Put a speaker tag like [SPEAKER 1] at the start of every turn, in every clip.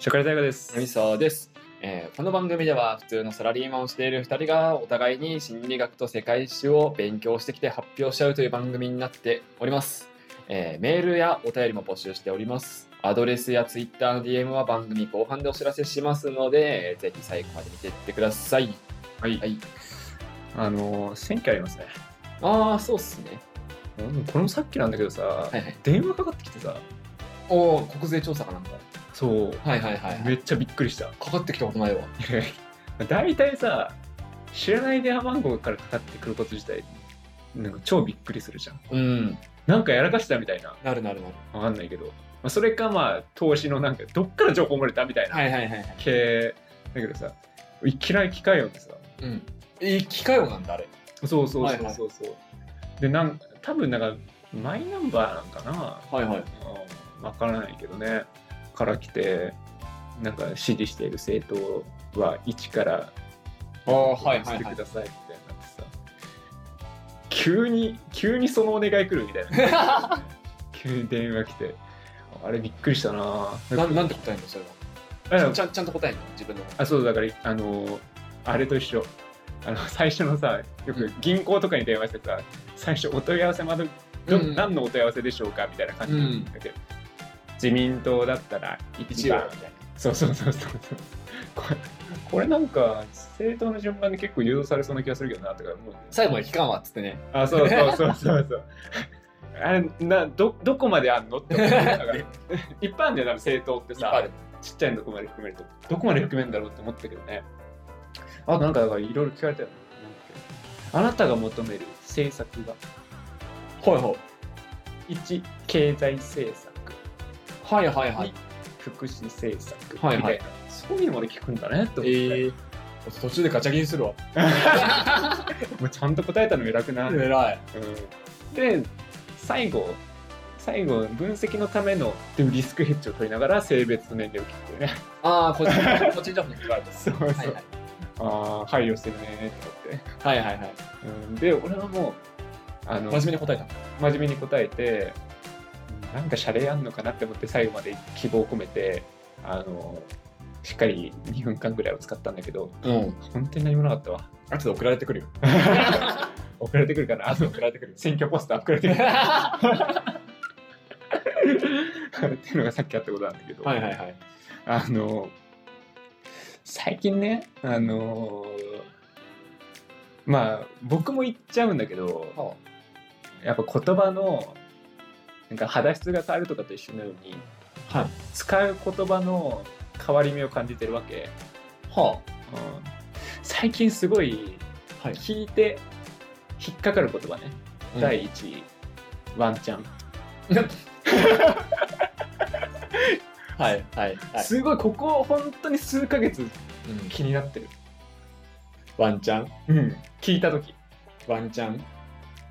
[SPEAKER 1] 社会大学です。
[SPEAKER 2] みそうです、えーこの番組では普通のサラリーマンをしている2人がお互いに心理学と世界史を勉強してきて発表し合うという番組になっております、えーメールやお便りも募集しておりますアドレスやツイッターの DM は番組後半でお知らせしますので、えーぜひ最後まで見ていってください
[SPEAKER 1] はい。
[SPEAKER 2] はい
[SPEAKER 1] あのー、選挙ありますね。
[SPEAKER 2] ああそうっすね
[SPEAKER 1] うんこれもさっきなんだけどさ、
[SPEAKER 2] はいはい
[SPEAKER 1] 電話かかってきてさ、
[SPEAKER 2] おお国税調査かなんか
[SPEAKER 1] そう、
[SPEAKER 2] はいはいはい、
[SPEAKER 1] めっちゃびっくりした。
[SPEAKER 2] かかってきたことないわ
[SPEAKER 1] 大体さ、知らない電話番号からかかってくること自体、なんか超びっくりするじゃん。
[SPEAKER 2] うん
[SPEAKER 1] なんかやらかしたみたいな、
[SPEAKER 2] なるなるなる
[SPEAKER 1] わかんないけど、まあ、それかまあ、投資のなんか、どっから情報漏れたみたいな
[SPEAKER 2] はいはいはいはい
[SPEAKER 1] 系だけどさ、いきなり機械音でさ、
[SPEAKER 2] うんえー機械音なんだあれ
[SPEAKER 1] そうそう
[SPEAKER 2] はい
[SPEAKER 1] そう
[SPEAKER 2] はい
[SPEAKER 1] そうそう。でなん多分なんかマイナンバーなんかな。
[SPEAKER 2] はいはい
[SPEAKER 1] うんわからないけどね。から来てなんか支持している政党は一から
[SPEAKER 2] ああはいはいはい
[SPEAKER 1] してくださいみたいになってさ。急に急にそのお願い来るみたい な。急に電話来て。あれびっくりしたな。
[SPEAKER 2] ななんて答えんのそれは
[SPEAKER 1] あ
[SPEAKER 2] ちゃんちゃんと答えんの自分の
[SPEAKER 1] あそうだからあのあれと一緒あの最初のさよく銀行とかに電話してさ最初お問い合わせ窓ど、
[SPEAKER 2] うん
[SPEAKER 1] 何のお問い合わせでしょうかみたいな感じ
[SPEAKER 2] うん
[SPEAKER 1] だけど、自民党だったら1
[SPEAKER 2] 一
[SPEAKER 1] 番
[SPEAKER 2] 番みたい
[SPEAKER 1] そうそうそうそうそうこれこれなんか政党の順番で結構誘導されそうな気がするけどなとか思うんだよね
[SPEAKER 2] 最後まで聞かんわっつってね
[SPEAKER 1] あそうそうそうそうそう あれなどどこまであんのって思うだ から一般で多分政党って
[SPEAKER 2] いっぱ
[SPEAKER 1] さ
[SPEAKER 2] いある
[SPEAKER 1] ちっちゃいのどこまで含めるとどこまで含めるんだろうって思ったけどねあとなんかだからいろいろ聞かれたよねなんだっけあなたが求める政策が
[SPEAKER 2] はいはい
[SPEAKER 1] 1経済政策
[SPEAKER 2] はいはいはい
[SPEAKER 1] 福祉政策みた
[SPEAKER 2] はいい
[SPEAKER 1] な、
[SPEAKER 2] はい
[SPEAKER 1] そういうのまで聞くんだねって思って、
[SPEAKER 2] えー途中でガチャ切りするわ
[SPEAKER 1] もうちゃんと答えたの偉くない、うん、
[SPEAKER 2] 偉い
[SPEAKER 1] で最後最後分析のためのでもリスクヘッジを取りながら性別と年齢を聞くっていうね
[SPEAKER 2] ああこっちこっちに情報に聞かれ て
[SPEAKER 1] そうそう、
[SPEAKER 2] はいはい
[SPEAKER 1] ああ配慮してるねって思って
[SPEAKER 2] はいはいはい
[SPEAKER 1] うんで俺はもうあの
[SPEAKER 2] 真面目に答えた
[SPEAKER 1] 真面目に答えてうんなんかシャレあんのかなって思って最後まで希望を込めてあのしっかり2分間ぐらいを使ったんだけど
[SPEAKER 2] うん
[SPEAKER 1] 本当に何もなかったわ
[SPEAKER 2] あとで送られてくる よ
[SPEAKER 1] 送られてくるかなあと
[SPEAKER 2] 送られてくる
[SPEAKER 1] 選挙ポスター送られてくる っていうのがさっきあったことなんだけど、
[SPEAKER 2] はいはいはい
[SPEAKER 1] あの最近ねあのまあ僕も言っちゃうんだけどやっぱ言葉のなんか肌質が変わるとかと一緒のように
[SPEAKER 2] はい
[SPEAKER 1] 使う言葉の変わり目を感じてるわけ、
[SPEAKER 2] は
[SPEAKER 1] うん最近すごい
[SPEAKER 2] あはい
[SPEAKER 1] 聞いて引っかかる言葉ね、第1位ワンチャン、
[SPEAKER 2] はいはいはい
[SPEAKER 1] すごいここ本当に数ヶ月
[SPEAKER 2] うん
[SPEAKER 1] 気になってる、
[SPEAKER 2] ワンチャン
[SPEAKER 1] 聞いた時
[SPEAKER 2] ワンチャン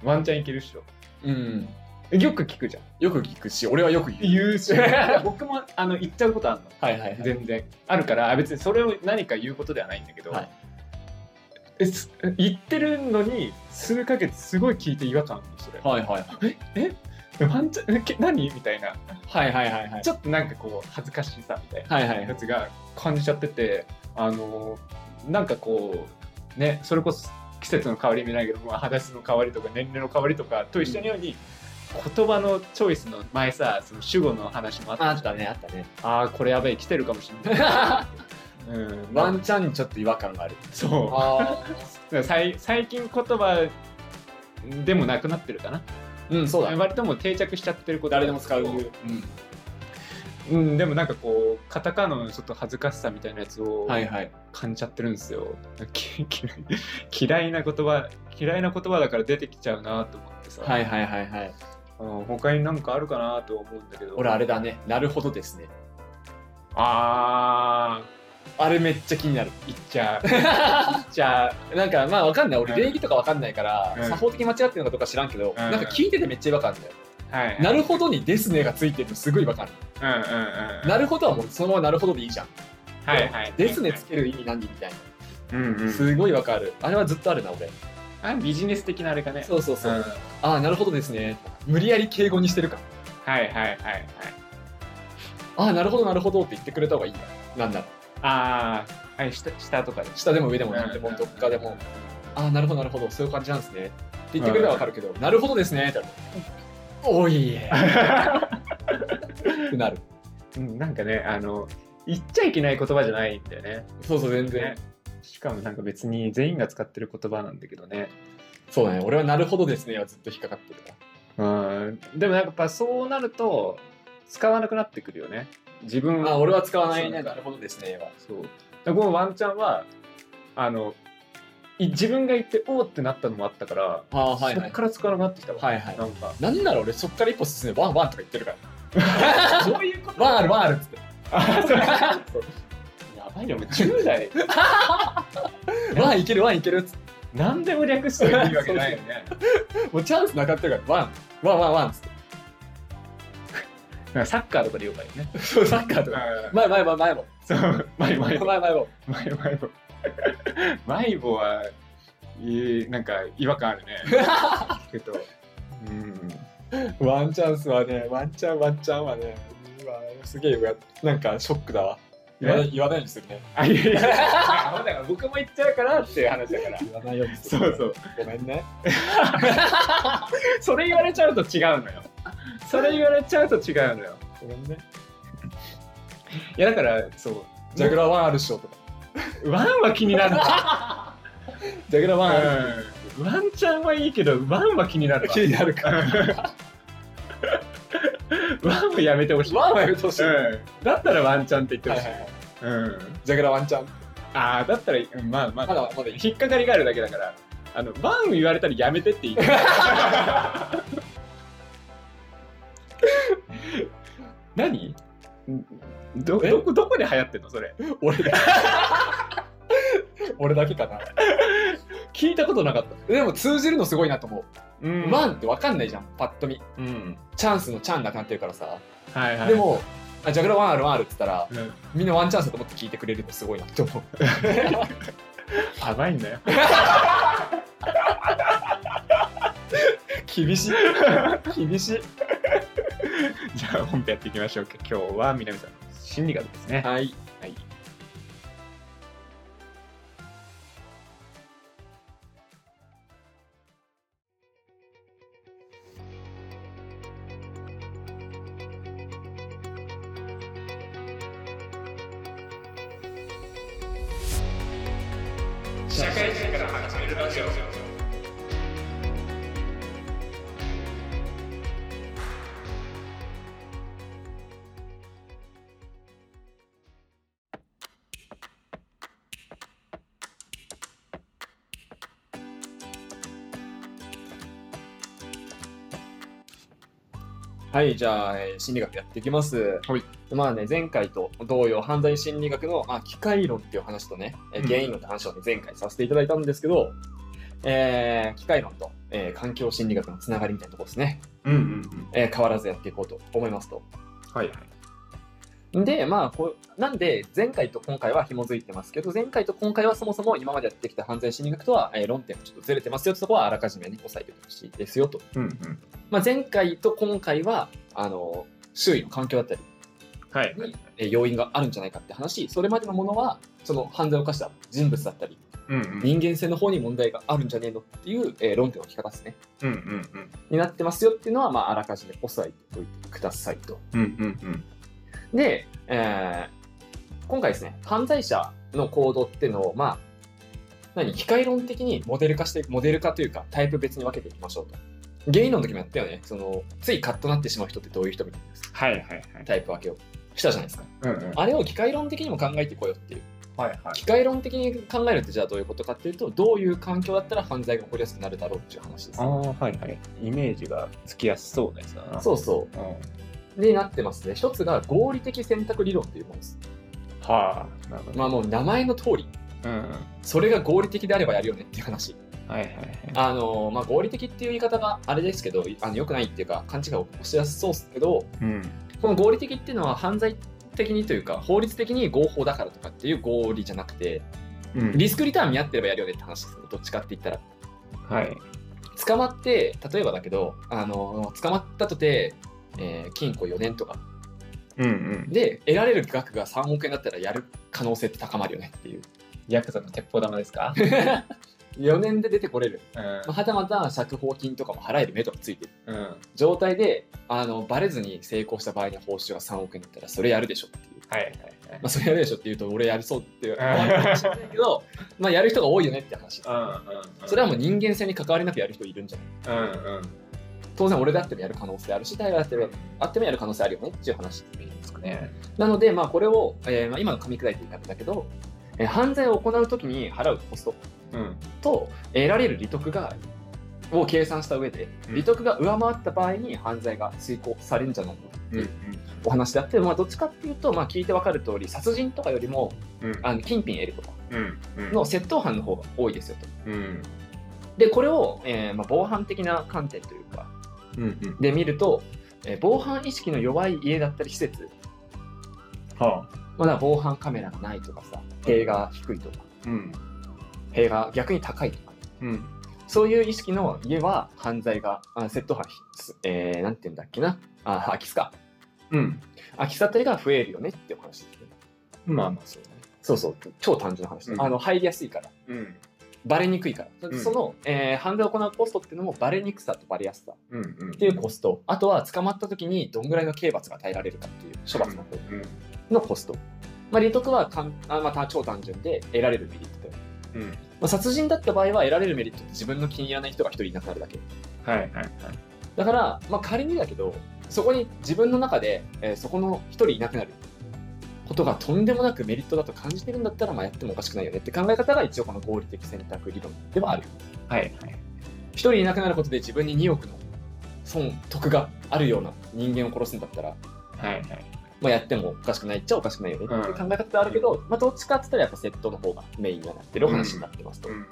[SPEAKER 1] ワンチャンいけるっしょ
[SPEAKER 2] うん
[SPEAKER 1] よく聞くじゃん
[SPEAKER 2] よく聞くし俺はよく言う
[SPEAKER 1] 言う しいや僕もあの言っちゃうことあるの
[SPEAKER 2] はいはいはい
[SPEAKER 1] 全然あるからあ別にそれを何か言うことではないんだけど、
[SPEAKER 2] はい
[SPEAKER 1] えす言ってるのに数ヶ月すごい聞いて違和感あるのそれ、
[SPEAKER 2] はいはい
[SPEAKER 1] ええワンチャンえけ何みたいな
[SPEAKER 2] はいはいはいはい
[SPEAKER 1] ちょっとなんかこう恥ずかしさみたい
[SPEAKER 2] はいは
[SPEAKER 1] ないやつが感じちゃっててあのなんかこうねそれこそ季節の変わり目ないけど、まあ、肌質の変わりとか年齢の変わりとかと一緒のように、言葉のチョイスの前さその主語の話もあった
[SPEAKER 2] あ
[SPEAKER 1] じゃん
[SPEAKER 2] ったねあったね
[SPEAKER 1] あーこれやべえ来てるかもしれない、 うん、
[SPEAKER 2] ワンチャンにちょっと違和感がある
[SPEAKER 1] そう
[SPEAKER 2] あ
[SPEAKER 1] だから最最近言葉でもなくなってるかな
[SPEAKER 2] うんそうだね
[SPEAKER 1] 割ともう定着しちゃってること
[SPEAKER 2] 誰でも使う
[SPEAKER 1] う、うん、でもなんかこうカタカナのちょっと恥ずかしさみたいなやつを
[SPEAKER 2] はいはい
[SPEAKER 1] 感じちゃってるんですよ、 き嫌い嫌いな言葉嫌いな言葉だから出てきちゃうなと思ってさ、
[SPEAKER 2] はいはいはいはい
[SPEAKER 1] うん他になんかあるかなと思うんだけど
[SPEAKER 2] 俺あれだねなるほどですね
[SPEAKER 1] あ
[SPEAKER 2] あれめっちゃ気になる
[SPEAKER 1] ー言っちゃう言っちゃう
[SPEAKER 2] なんかまあわかんない俺
[SPEAKER 1] うん
[SPEAKER 2] 礼儀とかわかんないから
[SPEAKER 1] うん
[SPEAKER 2] 作法的に間違ってるのかどうか知らんけど
[SPEAKER 1] ん
[SPEAKER 2] なんか聞いててめっちゃ違和感あるんだよ
[SPEAKER 1] はい
[SPEAKER 2] なるほどにですねがついてるのすごいわかる
[SPEAKER 1] うんうんうん
[SPEAKER 2] なるほどはもうそのままなるほどでいいじゃん
[SPEAKER 1] はいはい
[SPEAKER 2] ですねつける意味何みたい
[SPEAKER 1] うんう
[SPEAKER 2] なんすごいわかるあれはずっとあるな俺
[SPEAKER 1] あビジネス的なあれかね
[SPEAKER 2] そうそうそ
[SPEAKER 1] うん
[SPEAKER 2] うああなるほどですね無理やり敬語にしてるか
[SPEAKER 1] はいはいはいはい
[SPEAKER 2] ああなるほどなるほどって言ってくれた方がいいんだなんだ
[SPEAKER 1] ああ、はい、下下とかで
[SPEAKER 2] 下でも上でも
[SPEAKER 1] うん
[SPEAKER 2] なんでもどっかでもああなるほどなるほどそういう感じなんですねって言ってくれたらわかるけど、なるほどですねってなるおいえってなる
[SPEAKER 1] うんなんかねあの言っちゃいけない言葉じゃないんだよね
[SPEAKER 2] そうそう全然、
[SPEAKER 1] ねしかもなんか別に全員が使ってる言葉なんだけどね
[SPEAKER 2] そうだね俺はなるほどですねはずっと引っかかってるから
[SPEAKER 1] うんでもなんかやっぱそうなると使わなくなってくるよね自分
[SPEAKER 2] あー俺は使わないね
[SPEAKER 1] そう
[SPEAKER 2] なるほどですねは
[SPEAKER 1] そうだからこのワンちゃんはあのい自分が言っておおってなったのもあったから、
[SPEAKER 2] ああはい
[SPEAKER 1] そ
[SPEAKER 2] は
[SPEAKER 1] っ
[SPEAKER 2] い
[SPEAKER 1] から使わなくなってきたわ、
[SPEAKER 2] はいはい
[SPEAKER 1] なんか
[SPEAKER 2] なんなら俺そっから一歩進んでワンワンとか言ってるからそういうことワンあるワンあるっつ って
[SPEAKER 1] あそうやばいよ、もう10代。
[SPEAKER 2] ワンいけるワンいけるっつって
[SPEAKER 1] 何でも略してもいいわけない よね。
[SPEAKER 2] もうチャンスなかったからワンワンワンワンっつって
[SPEAKER 1] なんかサッカーとかで言うからね。
[SPEAKER 2] そうサッカーとか前前前前も
[SPEAKER 1] そう、マイマイ
[SPEAKER 2] 前
[SPEAKER 1] ボ。
[SPEAKER 2] 前も
[SPEAKER 1] マイマイボ。 マイボは、いいなんか違和感ある ね。聞くと。うん。
[SPEAKER 2] ワンチャンスはね、ワンチャンワンチャンはね、うわすげえうわ、なんかショックだわ。言わない言わないようにするね。
[SPEAKER 1] あ、いやいや、だから僕も言っちゃうからっていう話だから。
[SPEAKER 2] 言わないようにす
[SPEAKER 1] そ
[SPEAKER 2] る、
[SPEAKER 1] うそう。
[SPEAKER 2] う。ごめんね。
[SPEAKER 1] それ言われちゃうと違うのよ。それ言われちゃうと違うのよ。
[SPEAKER 2] ごめんね。
[SPEAKER 1] いや、だから、そう。
[SPEAKER 2] ジャグラーワンあるっしょとか。
[SPEAKER 1] ワンは気になる。
[SPEAKER 2] ジャグラーワンある。
[SPEAKER 1] うんワンちゃんはいいけど、ワンは気になるわ
[SPEAKER 2] 気。になるから。
[SPEAKER 1] ワンはやめてほしい。
[SPEAKER 2] ワンはやめてほしい。はい
[SPEAKER 1] うんだったらワンちゃんって言って
[SPEAKER 2] は
[SPEAKER 1] ほ
[SPEAKER 2] い
[SPEAKER 1] しい。
[SPEAKER 2] はい。
[SPEAKER 1] うん、
[SPEAKER 2] ジャグラーワンチャン。
[SPEAKER 1] ああ、だったら、うんまあま
[SPEAKER 2] ま
[SPEAKER 1] あ、
[SPEAKER 2] だまだいい。
[SPEAKER 1] 引っかかりがあるだけだから、あのワン言われたらやめてって言って。何 ど
[SPEAKER 2] え
[SPEAKER 1] どこどこで流行ってんのそれ
[SPEAKER 2] 俺だ。 俺だけかな。聞いたことなかった。でも通じるのすごいなと思
[SPEAKER 1] う
[SPEAKER 2] う。
[SPEAKER 1] ん
[SPEAKER 2] ワンってわかんないじゃん、パッと見。
[SPEAKER 1] うん
[SPEAKER 2] チャンスのチャンなくなってるからさ。
[SPEAKER 1] はいはい
[SPEAKER 2] で、も、あジャグラーワンあるワンあるって言ったら、
[SPEAKER 1] うん、
[SPEAKER 2] みんなワンチャンスだと思って聞いてくれるのすごいなって思う。
[SPEAKER 1] 甘いんだよ
[SPEAKER 2] 厳しい 厳しい
[SPEAKER 1] じゃあ本編やっていきましょうか今日は南さんの心理学ですね
[SPEAKER 2] はい
[SPEAKER 1] はい
[SPEAKER 2] 社会人から始めるラジオはいじゃあ、えー心理学やっていきます、
[SPEAKER 1] はい
[SPEAKER 2] まあね、前回と同様犯罪心理学の、まあ、機械論っていう話とね、えー
[SPEAKER 1] うん
[SPEAKER 2] 原因論って話を、ね、前回させていただいたんですけど、えー機械論と、えー環境心理学のつながりみたいなところですね、
[SPEAKER 1] うんうんうん
[SPEAKER 2] えー変わらずやっていこうと思いますと。
[SPEAKER 1] はいはい
[SPEAKER 2] で、まあ、こうなんで前回と今回は紐づいてますけど前回と今回はそもそも今までやってきた犯罪心理学とは、えー論点がちょっとずれてますよってところはあらかじめね押さえておいてほしいですよと。
[SPEAKER 1] うんうん
[SPEAKER 2] まあ、前回と今回はあの周囲の環境だったり
[SPEAKER 1] はい
[SPEAKER 2] にえー要因があるんじゃないかって話それまでのものはその犯罪を犯した人物だったり
[SPEAKER 1] うんうん
[SPEAKER 2] 人間性の方に問題があるんじゃねえのっていう、えー論点の聞き方ですね
[SPEAKER 1] うんうんうん
[SPEAKER 2] になってますよっていうのは、まあ、あらかじめ押さえておいてくださいと
[SPEAKER 1] うんうんうん
[SPEAKER 2] で、えー今回ですね犯罪者の行動っていうのをまあ何機械論的にモデル化してモデル化というかタイプ別に分けていきましょうと原因論の時もやったよねそのついカッとなってしまう人ってどういう人みたいな
[SPEAKER 1] はいはいはい
[SPEAKER 2] タイプ分けをしたじゃないですか
[SPEAKER 1] うんうん
[SPEAKER 2] あれを機械論的にも考えていこうよっていう
[SPEAKER 1] はいはい
[SPEAKER 2] 機械論的に考えるってじゃあどういうことかっていうとどういう環境だったら犯罪が起こりやすくなるだろうっていう話です
[SPEAKER 1] ああはいはいイメージがつきやすそうなやつだな
[SPEAKER 2] そうそ
[SPEAKER 1] うん
[SPEAKER 2] うでなってますね一つが合理的選択理論っていうものです
[SPEAKER 1] はあなるほど
[SPEAKER 2] まあもう名前の通り
[SPEAKER 1] うんうん
[SPEAKER 2] それが合理的であればやるよねっていう話
[SPEAKER 1] はいはいはい
[SPEAKER 2] あのまあ合理的っていう言い方があれですけどあのよくないっていうか勘違いを起こしやすそうですけど
[SPEAKER 1] うん
[SPEAKER 2] この合理的っていうのは犯罪的にというか法律的に合法だからとかっていう合理じゃなくて
[SPEAKER 1] うん
[SPEAKER 2] リスクリターン見合ってればやるよねって話ですねどっちかって言ったら
[SPEAKER 1] はい
[SPEAKER 2] 捕まって例えばだけどあの捕まったとて、えー禁錮4年とか
[SPEAKER 1] うんうん。
[SPEAKER 2] で得られる額が3億円だったらやる可能性って高まるよねっていう
[SPEAKER 1] ヤクザの鉄砲玉です か
[SPEAKER 2] 4年で出てこれる、
[SPEAKER 1] うん
[SPEAKER 2] まあ、はたまた釈放金とかも払える目処がついてる
[SPEAKER 1] うん。
[SPEAKER 2] 状態であのバレずに成功した場合の報酬が3億円だったらそれやるでしょっていう、
[SPEAKER 1] はいはい
[SPEAKER 2] まあ、それやるでしょって言うと俺やりそうっていう思われるかもしれないけどまあやる人が多いよねって話
[SPEAKER 1] はい。うんうんうん。
[SPEAKER 2] それはもう人間性に関わりなくやる人いるんじゃな
[SPEAKER 1] う
[SPEAKER 2] い
[SPEAKER 1] んうん。
[SPEAKER 2] 当然俺だってもやる可能性あるし大我だってもあってもやる可能性あるよねっていう話
[SPEAKER 1] いいですかね。
[SPEAKER 2] なので、まあ、これを、えーまあ、今の噛み砕いていたんだけど、えー犯罪を行うときに払うコスト
[SPEAKER 1] うん。
[SPEAKER 2] とえー得られる利得がを計算した上で
[SPEAKER 1] うん
[SPEAKER 2] 利得が上回った場合に犯罪が遂行されるんじゃないか
[SPEAKER 1] うんうん
[SPEAKER 2] お話であって、まあ、どっちかっていうと、まあ、聞いてわかる通り殺人とかよりも
[SPEAKER 1] うん
[SPEAKER 2] あの金品得ること
[SPEAKER 1] うんうん
[SPEAKER 2] の窃盗犯の方が多いですよと。
[SPEAKER 1] うん
[SPEAKER 2] でこれを、えーまあ、防犯的な観点というか
[SPEAKER 1] うんうん
[SPEAKER 2] で見ると、えー防犯意識の弱い家だったり施設
[SPEAKER 1] は
[SPEAKER 2] まだ防犯カメラがないとかさ塀が低いとか
[SPEAKER 1] あうん
[SPEAKER 2] 塀が逆に高いとか
[SPEAKER 1] うん
[SPEAKER 2] そういう意識の家は犯罪があ窃盗犯、すえー、なんて言うんだっけなあ空き巣か
[SPEAKER 1] うん
[SPEAKER 2] 空き巣あたりが増えるよねってお話ですね
[SPEAKER 1] まあまあそうだね
[SPEAKER 2] そうそう超単純な話、
[SPEAKER 1] うん
[SPEAKER 2] あの入りやすいから
[SPEAKER 1] うん
[SPEAKER 2] バレにくいから、そ
[SPEAKER 1] ん
[SPEAKER 2] その、えー犯罪を行うコストっていうのもバレにくさとバレやすさっ
[SPEAKER 1] うんうん
[SPEAKER 2] ていうコストあとは捕まった時にどんぐらいの刑罰が耐えられるかっていう処罰の方のコスト、まあ、利得はかんあまた超単純で得られるメリット
[SPEAKER 1] うんうん
[SPEAKER 2] まあ、殺人だった場合は得られるメリットって自分の気に入らない人が一人いなくなるだけ
[SPEAKER 1] はいはいはい
[SPEAKER 2] だから、まあ、仮にだけどそこに自分の中で、えーそこの一人いなくなることがとんでもなくメリットだと感じてるんだったら、まあ、やってもおかしくないよねって考え方が一応この合理的選択理論ではある
[SPEAKER 1] はいはい
[SPEAKER 2] 一人いなくなることで自分に2億の損得があるような人間を殺すんだったら、
[SPEAKER 1] はいはい
[SPEAKER 2] まあ、やってもおかしくないっちゃおかしくないよねっていう考え方ではあるけど、まあ、どっちかって言ったらやっぱ窃盗の方がメインにはなってるお話になってますと。
[SPEAKER 1] うん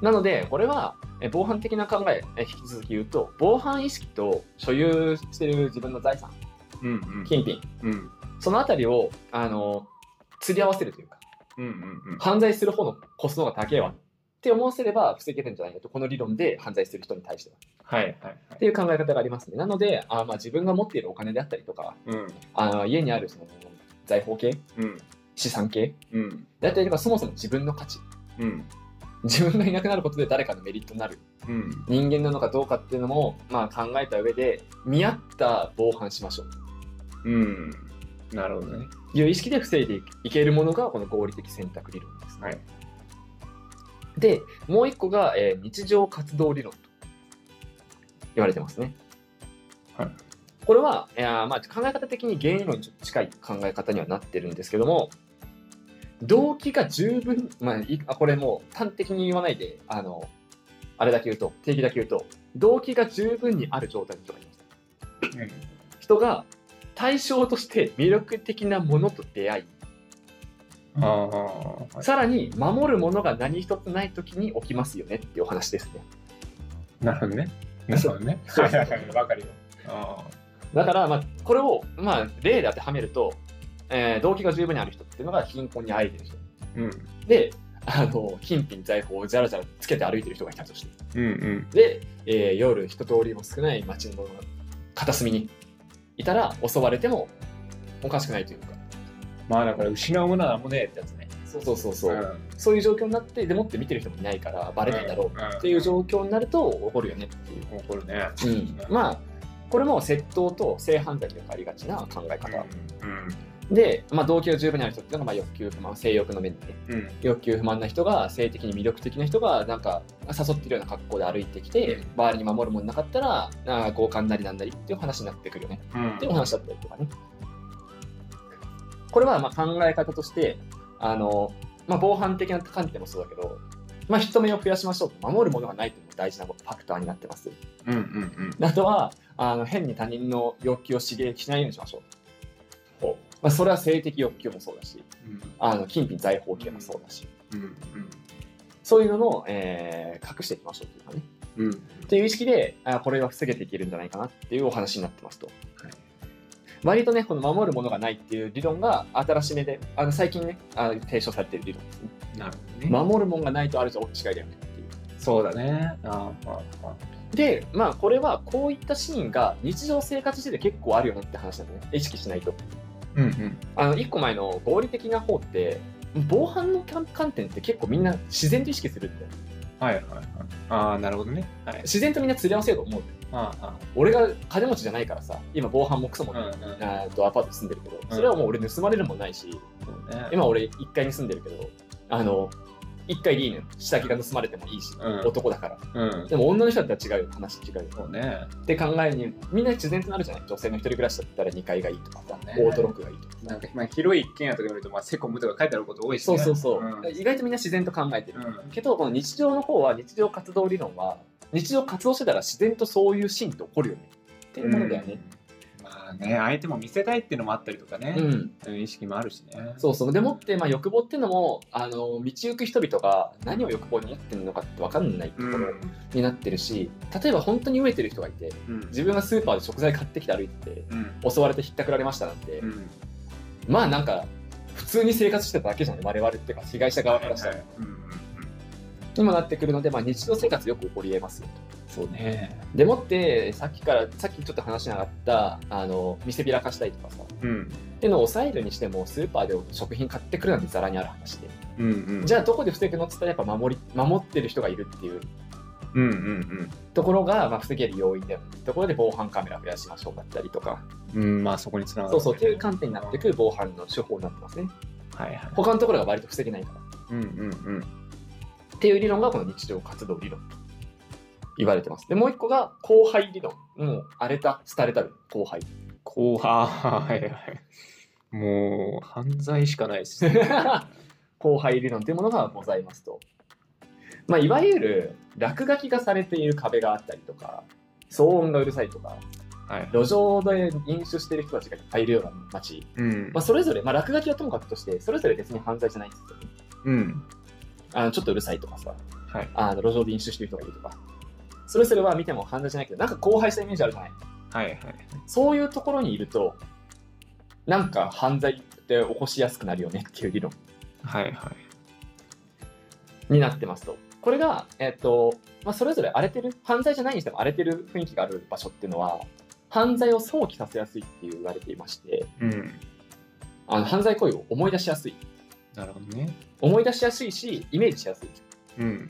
[SPEAKER 2] なので、これはえ防犯的な考え、え引き続き言うと、防犯意識と所有している自分の財産、
[SPEAKER 1] うんうん
[SPEAKER 2] 金品、
[SPEAKER 1] うん
[SPEAKER 2] そのあたりをあの釣り合わせるというか、
[SPEAKER 1] うんうん
[SPEAKER 2] 犯罪する方のコストが高いわって思わせれば防げるんじゃないかと、この理論で犯罪する人に対しては。
[SPEAKER 1] はいはいはい
[SPEAKER 2] っていう考え方がありますね。なので、あまあ自分が持っているお金であったりとか、
[SPEAKER 1] うん
[SPEAKER 2] あ家にあるその財宝系、
[SPEAKER 1] うん
[SPEAKER 2] 資産系
[SPEAKER 1] うん
[SPEAKER 2] であったりとか、そもそも自分の価値、
[SPEAKER 1] うん
[SPEAKER 2] 自分がいなくなることで誰かのメリットになる。
[SPEAKER 1] うん
[SPEAKER 2] 人間なのかどうかっていうのも、まあ、考えた上で見合った防犯しましょう
[SPEAKER 1] うんなるほどね
[SPEAKER 2] という意識で防いでいけるものがこの合理的選択理論です、ね
[SPEAKER 1] はい
[SPEAKER 2] でもう一個が、えー日常活動理論と言われてますね、
[SPEAKER 1] はい
[SPEAKER 2] これは、えーまあ、考え方的に原因論にちょっと近い考え方にはなってるんですけども動機が十分、まあ、いあこれもう端的に言わないであのあれだけ言うと定義だけ言うと動機が十分にある状態の人がいます人が対象として魅力的なものと出会い、
[SPEAKER 1] ああはい
[SPEAKER 2] さらに守るものが何一つない時に起きますよねっていうお話ですね
[SPEAKER 1] なるほどねなるほどね
[SPEAKER 2] そう
[SPEAKER 1] はいはいはいわかるよあ
[SPEAKER 2] だから、まあ、これを、まあ、例で当てはめると、えー動機が十分にある人っていうのが貧困にあえてる人
[SPEAKER 1] あうん
[SPEAKER 2] であの金品財宝をじゃらじゃらつけて歩いてる人がいたとして
[SPEAKER 1] うん
[SPEAKER 2] で、えー夜人通りも少ない街の片隅にいたら襲われてもおかしくないというか
[SPEAKER 1] うんまあだから失うものはもねえってやつね
[SPEAKER 2] そうそうそうそう、そういう状況になってでもって見てる人もいないからバレないだろう
[SPEAKER 1] っ
[SPEAKER 2] っていう状況になると起こるよねっていう、
[SPEAKER 1] 起こるね
[SPEAKER 2] まあこれも窃盗と性犯罪とかありがちな考え方、
[SPEAKER 1] うん
[SPEAKER 2] で、まあ、動機が十分にある人っていうのが、まあ、欲求不満性欲の面でね
[SPEAKER 1] うん
[SPEAKER 2] 欲求不満な人が性的に魅力的な人がなんか誘ってるような格好で歩いてきて、
[SPEAKER 1] うん
[SPEAKER 2] 周りに守るものなかったらあー強姦なりなんなりっていう話になってくるよね
[SPEAKER 1] うん
[SPEAKER 2] っていうお話だったりとかね。これはまあ考え方としてあの、まあ、防犯的な観点もそうだけど、まあ、人目を増やしましょうと守るものがないというのも大事なファクターになってます。
[SPEAKER 1] うんうん
[SPEAKER 2] あとはあの変に他人の欲求を刺激しないようにしましょう
[SPEAKER 1] ほ。
[SPEAKER 2] まあ、それは性的欲求もそうだし
[SPEAKER 1] うん
[SPEAKER 2] あの金品財宝系もそうだし、
[SPEAKER 1] うん
[SPEAKER 2] そういうのの、えー隠していきましょうというかね。
[SPEAKER 1] うんうん
[SPEAKER 2] っていう意識であこれは防げていけるんじゃないかなっていうお話になってますと、
[SPEAKER 1] い
[SPEAKER 2] 割とねこの守るものがないっていう理論が新しめであの最近ねあの提唱されてる理論ですね
[SPEAKER 1] なるほどね
[SPEAKER 2] 守るものがないとあるじゃ大きい違いだよねっていう
[SPEAKER 1] そうだねああああ
[SPEAKER 2] で、まあ、これはこういったシーンが日常生活してて結構あるよねって話なんだね。意識しないと。
[SPEAKER 1] うんうん
[SPEAKER 2] あの、一個前の合理的な方って、防犯の観観点って結構みんな自然と意識するんだよ。
[SPEAKER 1] はいはいはいああなるほどねはい
[SPEAKER 2] 自然とみんな釣り合わせようと思う。
[SPEAKER 1] ああ
[SPEAKER 2] 俺が金持ちじゃないからさ、今防犯もクソも
[SPEAKER 1] うん
[SPEAKER 2] ない、
[SPEAKER 1] うんそう
[SPEAKER 2] あーっとアパートに住んでるけど、それはもう俺盗まれるもんないし、
[SPEAKER 1] ね
[SPEAKER 2] 今俺1階に住んでるけど、あの、1階でいいのよ。下着が盗まれてもいいし、
[SPEAKER 1] うん
[SPEAKER 2] 男だから。
[SPEAKER 1] うん
[SPEAKER 2] でも女の人だったら違うよ、話違うよ。
[SPEAKER 1] そうね
[SPEAKER 2] って考えにみんな自然となるじゃない女性の一人暮らしだったら2階がいいとかさ、
[SPEAKER 1] ね
[SPEAKER 2] オートロックがいいとか
[SPEAKER 1] なんかまあ広い一軒家とか見るとまあセコムとか書いてあること多いし
[SPEAKER 2] そう
[SPEAKER 1] ね
[SPEAKER 2] そうそう、
[SPEAKER 1] うん
[SPEAKER 2] 意外とみんな自然と考えてる、
[SPEAKER 1] うん
[SPEAKER 2] けどこの日常の方は日常活動理論は日常活動してたら自然とそういうシーンって起こるよねっていうものだよね、
[SPEAKER 1] うんまあね相手も見せたいっていうのもあったりとかね
[SPEAKER 2] うん、
[SPEAKER 1] うん意識もあるしね
[SPEAKER 2] そうそうでもって、まあ、欲望っていうのもあの道行く人々が何を欲望に持ってるのかって分かんないと
[SPEAKER 1] う
[SPEAKER 2] こ
[SPEAKER 1] ん
[SPEAKER 2] ろになってるし、例えば本当に飢えてる人がいて
[SPEAKER 1] うん
[SPEAKER 2] 自分がスーパーで食材買ってきて歩いてて
[SPEAKER 1] うん
[SPEAKER 2] 襲われてひったくられましたなんて、
[SPEAKER 1] うん
[SPEAKER 2] まあなんか普通に生活してただけじゃん我々っていうか被害者側からしたら、
[SPEAKER 1] はいはいうんうんうん
[SPEAKER 2] 今なってくるので、まあ、日常生活よく起こり得ますよ
[SPEAKER 1] そうね
[SPEAKER 2] でもってさっきからさっきちょっと話しなかったあの見せびらかしたりとかさっ
[SPEAKER 1] うん
[SPEAKER 2] ていうのを抑えるにしてもスーパーで食品買ってくるなんてざらにある話で、
[SPEAKER 1] うんうん
[SPEAKER 2] じ
[SPEAKER 1] ゃ
[SPEAKER 2] ゃあどこで防ぐのっつったらやっぱ守り守ってる人がいるっていう
[SPEAKER 1] うんうん
[SPEAKER 2] ところが、まあ、防げる要因だよねっていうところで防犯カメラ増やしましょうだったりとか
[SPEAKER 1] うんうんまあそこにつながる
[SPEAKER 2] そうそうっていう観点になってくる防犯の手法になってますね
[SPEAKER 1] はいはい
[SPEAKER 2] 他のところが割と防げないから
[SPEAKER 1] うんうんうん
[SPEAKER 2] っていう理論がこの日常活動理論と言われてます。で、もう一個が後輩理論。もう荒れた、廃れたる後輩。
[SPEAKER 1] 後半はいはいもう犯罪しかない ですね
[SPEAKER 2] 後輩理論というものがございますと。まあ、いわゆる落書きがされている壁があったりとか、騒音がうるさいとか、
[SPEAKER 1] はい
[SPEAKER 2] 路上で飲酒している人たちがいっぱいいるような街。
[SPEAKER 1] うん
[SPEAKER 2] まあ、それぞれ、まあ、落書きはともかくとして、それぞれ別に犯罪じゃないんですよね。
[SPEAKER 1] うん
[SPEAKER 2] あのちょっとうるさいとかさ、
[SPEAKER 1] はい
[SPEAKER 2] あの路上で飲酒している人がいるとか。それぞれは見ても犯罪じゃないけど、なんか後輩したイメージあるじゃない
[SPEAKER 1] はいはい
[SPEAKER 2] そういうところにいると、なんか犯罪って起こしやすくなるよねっていう理論
[SPEAKER 1] はいはい
[SPEAKER 2] になってますと。これが、えっと、まあ、それぞれ荒れてる、犯罪じゃないにしても荒れてる雰囲気がある場所っていうのは、犯罪を想起させやすいって言われていまして、
[SPEAKER 1] うん
[SPEAKER 2] あの犯罪行為を思い出しやすい。
[SPEAKER 1] なるほどね
[SPEAKER 2] 思い出しやすいし、イメージしやすい。
[SPEAKER 1] うん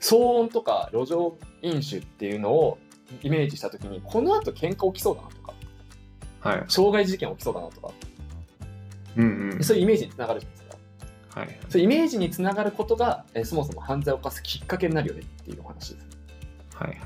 [SPEAKER 2] 騒音とか路上飲酒っていうのをイメージしたときに、この後喧嘩起きそうだなとか、
[SPEAKER 1] はい
[SPEAKER 2] 傷害事件起きそうだなとか、
[SPEAKER 1] うんうん
[SPEAKER 2] そういうイメージにつながるじゃないですか。
[SPEAKER 1] はいはい
[SPEAKER 2] そうイメージにつながることが、えーそもそも犯罪を犯すきっかけになるよねっていうお話です
[SPEAKER 1] はいはい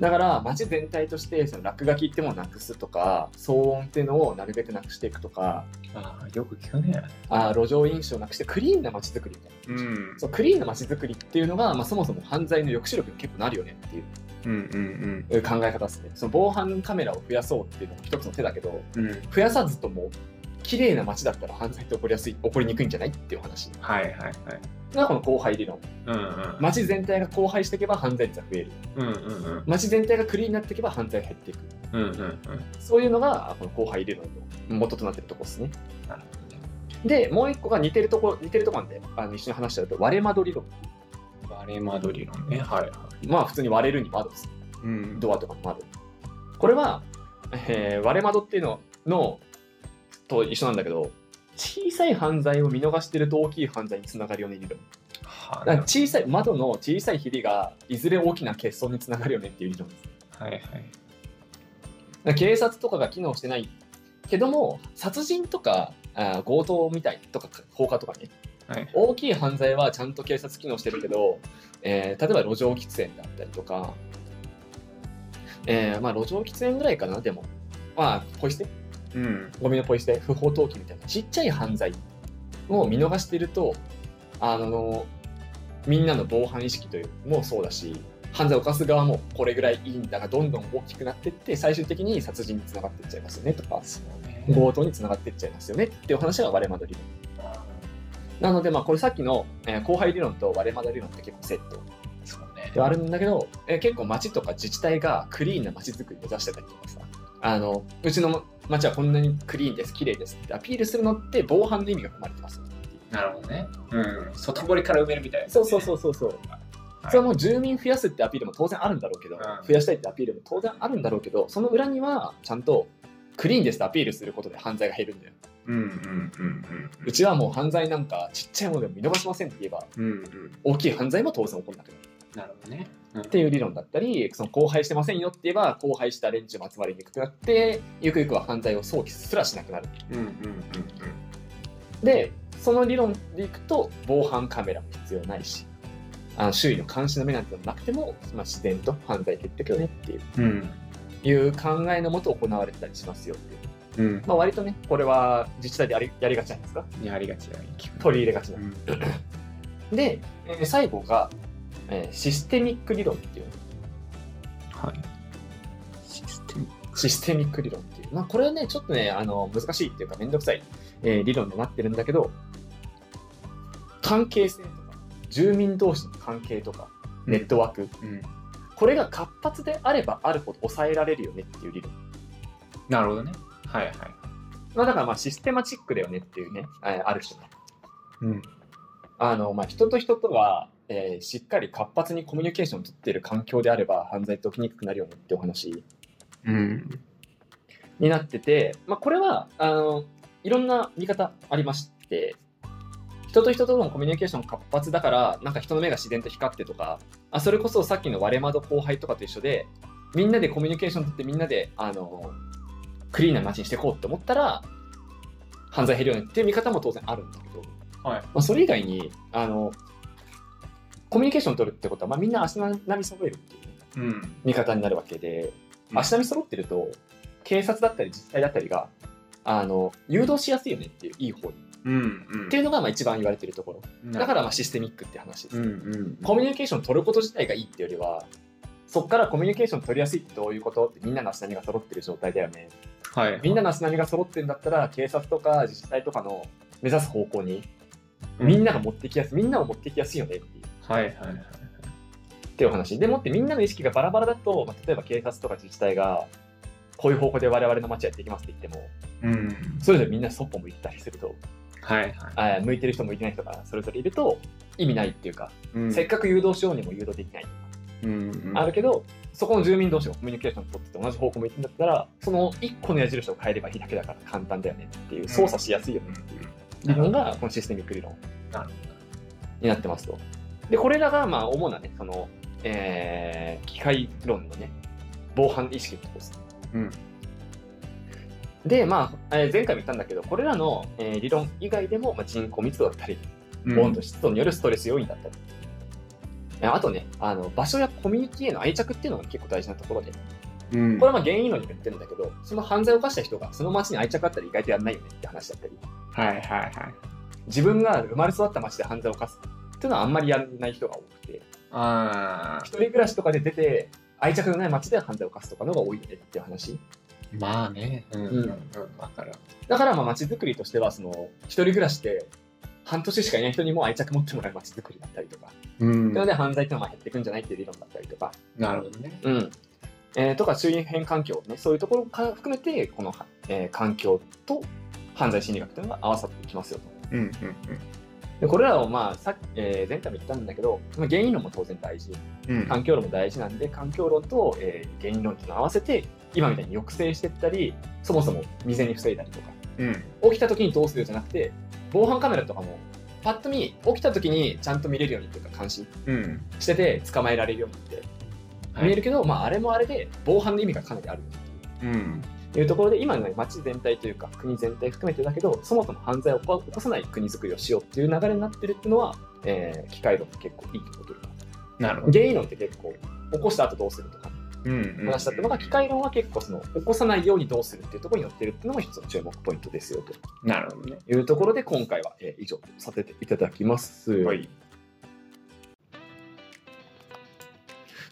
[SPEAKER 2] だから街全体としてその落書きってものをなくすとか騒音っていうのをなるべくなくしていくとか
[SPEAKER 1] ああよく聞くね
[SPEAKER 2] あー路上飲酒をなくしてクリーンな街づくりみたいな、
[SPEAKER 1] うん
[SPEAKER 2] そうクリーンな街づくりっていうのが、まあ、そもそも犯罪の抑止力に結構なるよねっていう
[SPEAKER 1] うんうん
[SPEAKER 2] えー考え方ですねその防犯カメラを増やそうっていうのも一つの手だけど
[SPEAKER 1] うんうん
[SPEAKER 2] 増やさずとも綺麗な街だったら犯罪って起こりやすい起こりにくいんじゃないっていうお話
[SPEAKER 1] はいはいはい
[SPEAKER 2] がこの後輩理論
[SPEAKER 1] うんうん
[SPEAKER 2] 街全体が荒廃していけば犯罪率は増える
[SPEAKER 1] うんうんうん
[SPEAKER 2] 街全体がクリーンになっていけば犯罪が減っていく
[SPEAKER 1] うんうんうん
[SPEAKER 2] そういうのがこの後輩入れるのの元となってるところですね
[SPEAKER 1] なるほどね
[SPEAKER 2] でもう一個が似てるところ似てるところなんであの一緒に話してると割れ窓理論
[SPEAKER 1] バレマドリのねはいはい
[SPEAKER 2] まあ普通に割れるに窓です
[SPEAKER 1] うん
[SPEAKER 2] ドアとかの窓これは、えー割れ窓っていうののと一緒なんだけど小さい犯罪を見逃してると大きい犯罪につながるよね理論
[SPEAKER 1] は
[SPEAKER 2] だ
[SPEAKER 1] い
[SPEAKER 2] から小さい窓の小さいひびがいずれ大きな欠損につながるよねっていう理論です
[SPEAKER 1] はいはい
[SPEAKER 2] だから警察とかが機能してないけども殺人とかあー強盗みたいとか放火とかね
[SPEAKER 1] はい
[SPEAKER 2] 大きい犯罪はちゃんと警察機能してるけど、えー例えば路上喫煙だったりとか、えーまあ路上喫煙ぐらいかなでもまあポイ捨て
[SPEAKER 1] うん
[SPEAKER 2] ゴミのポイ捨て不法投棄みたいなちっちゃい犯罪を見逃してるとあのみんなの防犯意識というのもそうだし犯罪を犯す側もこれぐらいいいんだがどんどん大きくなってって最終的に殺人につながっていっちゃいますよねとか
[SPEAKER 1] そうね
[SPEAKER 2] 強盗につながっていっちゃいますよねっていうお話が割れ窓理論なのでまあこれさっきの、えー後輩理論と割れ窓理論って結構セット
[SPEAKER 1] そうね
[SPEAKER 2] ではあるんだけど、えー結構町とか自治体がクリーンな町づくりを目指してたりとかさあのうちの町はこんなにクリーンです綺麗ですってアピールするのって防犯の意味が含まれてます
[SPEAKER 1] なるほどねうん外堀から埋めるみたいな
[SPEAKER 2] そうそうそうそうそう
[SPEAKER 1] はい
[SPEAKER 2] それはもう住民増やすってアピールも当然あるんだろうけど、
[SPEAKER 1] うん
[SPEAKER 2] 増やしたいってアピールも当然あるんだろうけどその裏にはちゃんとクリーンですってアピールすることで犯罪が減るんだよ、
[SPEAKER 1] うんうんうんうん
[SPEAKER 2] うちはもう犯罪なんかちっちゃいものでも見逃しませんって言えば
[SPEAKER 1] うんうん
[SPEAKER 2] 大きい犯罪も当然起こらなくなる
[SPEAKER 1] なるほどね
[SPEAKER 2] っ、ていう理論だったりその荒廃してませんよって言えば荒廃した連中も集まりにくくなってゆくゆくは犯罪を想起すらしなくなる
[SPEAKER 1] うん、うんうん
[SPEAKER 2] でその理論でいくと防犯カメラも必要ないしあの周囲の監視の目なんてのもなくても、まあ、自然と犯罪減ってくよねっていう
[SPEAKER 1] うんうん
[SPEAKER 2] いう考えのもと行われてたりしますよっていう、
[SPEAKER 1] うん
[SPEAKER 2] まあ、割とねこれは自治体でやりやりがちなんですか
[SPEAKER 1] うんやりがちだね聞く
[SPEAKER 2] 取り入れがちな
[SPEAKER 1] う、ん
[SPEAKER 2] で、えー最後が、えーシステミック理論っていう
[SPEAKER 1] はいシステム
[SPEAKER 2] システミック理論っていう、まあ、これはねちょっとねあの難しいっていうかめんどくさい、えー理論になってるんだけど関係性とか住民同士の関係とかネットワーク、
[SPEAKER 1] うん
[SPEAKER 2] これが活発であればあるほど抑えられるよねっていう理論。
[SPEAKER 1] なるほどねはいはい
[SPEAKER 2] まあ、だからまあシステマチックだよねっていうね、えーある種の。
[SPEAKER 1] うん
[SPEAKER 2] あのまあ、人と人とは、えーしっかり活発にコミュニケーションを取っている環境であれば犯罪って起きにくくなるよねってお話
[SPEAKER 1] うん
[SPEAKER 2] になってて、まあ、これはあのいろんな見方ありまして人と人とのコミュニケーション活発だからなんか人の目が自然と光ってとかあそれこそさっきの割れ窓後輩とかと一緒でみんなでコミュニケーション取ってみんなであのクリーンな街にしていこうって思ったら犯罪減るよねっていう見方も当然あるんだけど。
[SPEAKER 1] はい
[SPEAKER 2] まあ、それ以外にあのコミュニケーション取るってことは、まあ、みんな足並み揃えるっていう
[SPEAKER 1] うん
[SPEAKER 2] 見方になるわけ
[SPEAKER 1] う
[SPEAKER 2] で、
[SPEAKER 1] ん
[SPEAKER 2] 足並み揃ってると警察だったり自治体だったりがあの誘導しやすいよねっていういい方に、
[SPEAKER 1] うんうん
[SPEAKER 2] っていうのがまあ一番言われてるところだからまあシステミックって話です、
[SPEAKER 1] うんうん
[SPEAKER 2] コミュニケーション取ること自体がいいっていうよりはそこからコミュニケーション取りやすいってどういうことってみんなの足並みが揃ってる状態だよね
[SPEAKER 1] はい
[SPEAKER 2] みんなの足並みが揃ってるんだったら警察とか自治体とかの目指す方向に
[SPEAKER 1] うん
[SPEAKER 2] みんなが持ってきやすいみんなを持ってきやすいよねっていう
[SPEAKER 1] はいはいはい
[SPEAKER 2] っていうお話でもってみんなの意識がバラバラだと、まあ、例えば警察とか自治体がこういう方向で我々の街やっていきますって言っても
[SPEAKER 1] うん
[SPEAKER 2] それぞれみんなそっぽ向いてたりすると
[SPEAKER 1] はいはい
[SPEAKER 2] あー向いてる人向いてない人がそれぞれいると意味ないっていうか、
[SPEAKER 1] うん
[SPEAKER 2] せっかく誘導しようにも誘導できない、
[SPEAKER 1] うんうん
[SPEAKER 2] あるけどそこの住民同士がコミュニケーション取ってて同じ方向向いてんだったらその1個の矢印を変えればいいだけだから簡単だよねっていう操作しやすいよねっていう理論がこのシステミック理論
[SPEAKER 1] なるほ
[SPEAKER 2] になってますと。で、これらがまあ主なね、その、えー機械論のね、防犯意識のところです。
[SPEAKER 1] どうん
[SPEAKER 2] で、まあ、えー前回も言ったんだけど、これらの、えー理論以外でも、まあ、人口密度だったり、
[SPEAKER 1] うん
[SPEAKER 2] 温度、湿度によるストレス要因だったり、えあとねあの、場所やコミュニティへの愛着っていうのが結構大事なところで、こ
[SPEAKER 1] うん
[SPEAKER 2] れはまあ原因論にも言ってるんだけど、その犯罪を犯した人がその街に愛着あったら意外とやんないよねって話だったり、
[SPEAKER 1] はいはいはい
[SPEAKER 2] 自分が生まれ育った街で犯罪を犯すっていうのはあんまりやんない人が多くて、
[SPEAKER 1] あ
[SPEAKER 2] 一人暮らしとかで出て愛着のない街で犯罪を犯すとかのが多いねっていう話
[SPEAKER 1] ーまあねうん
[SPEAKER 2] うん
[SPEAKER 1] うんわかる
[SPEAKER 2] だからまあ街づくりとしてはその一人暮らしで半年しかいない人にも愛着持ってもらう街づくりだったりとか、
[SPEAKER 1] うん
[SPEAKER 2] なので犯罪っていうのは減ってくんじゃないっていう理論だったりとか、
[SPEAKER 1] なるほどね
[SPEAKER 2] うんえーとか周辺環境、ね、そういうところから含めてこの、えー環境と犯罪心理学というのが合わさってきますよと。
[SPEAKER 1] うんうん
[SPEAKER 2] でこれらをまあさっき、えー前回も言ったんだけど、まあ、原因論も当然大事
[SPEAKER 1] うんうん
[SPEAKER 2] 環境論も大事なんで環境論と、えー原因論っていうのを合わせて今みたいに抑制してったりそもそも未然に防いだりとか
[SPEAKER 1] うん
[SPEAKER 2] 起きた時にどうするじゃなくて防犯カメラとかもパッと見起きた時にちゃんと見れるようにっていうか監視
[SPEAKER 1] うん
[SPEAKER 2] してて捕まえられるようにって見えるけど、まあ、あれもあれで防犯の意味がかなりある
[SPEAKER 1] うん
[SPEAKER 2] というところで今のね街全体というか国全体含めてだけどそもそも犯罪を起こ起こさない国づくりをしようっていう流れになってるっていうのは、えー機械論って結構いいことというか
[SPEAKER 1] なるほど
[SPEAKER 2] 原因論って結構起こした後どうするとか
[SPEAKER 1] うん
[SPEAKER 2] 話だったのが、機械論は結構その起こさないようにどうするっていうところに寄ってるっていうのも一つの注目ポイントですよと
[SPEAKER 1] なるほどね
[SPEAKER 2] いうところで今回は、えー以上とさせていただきます。
[SPEAKER 1] はい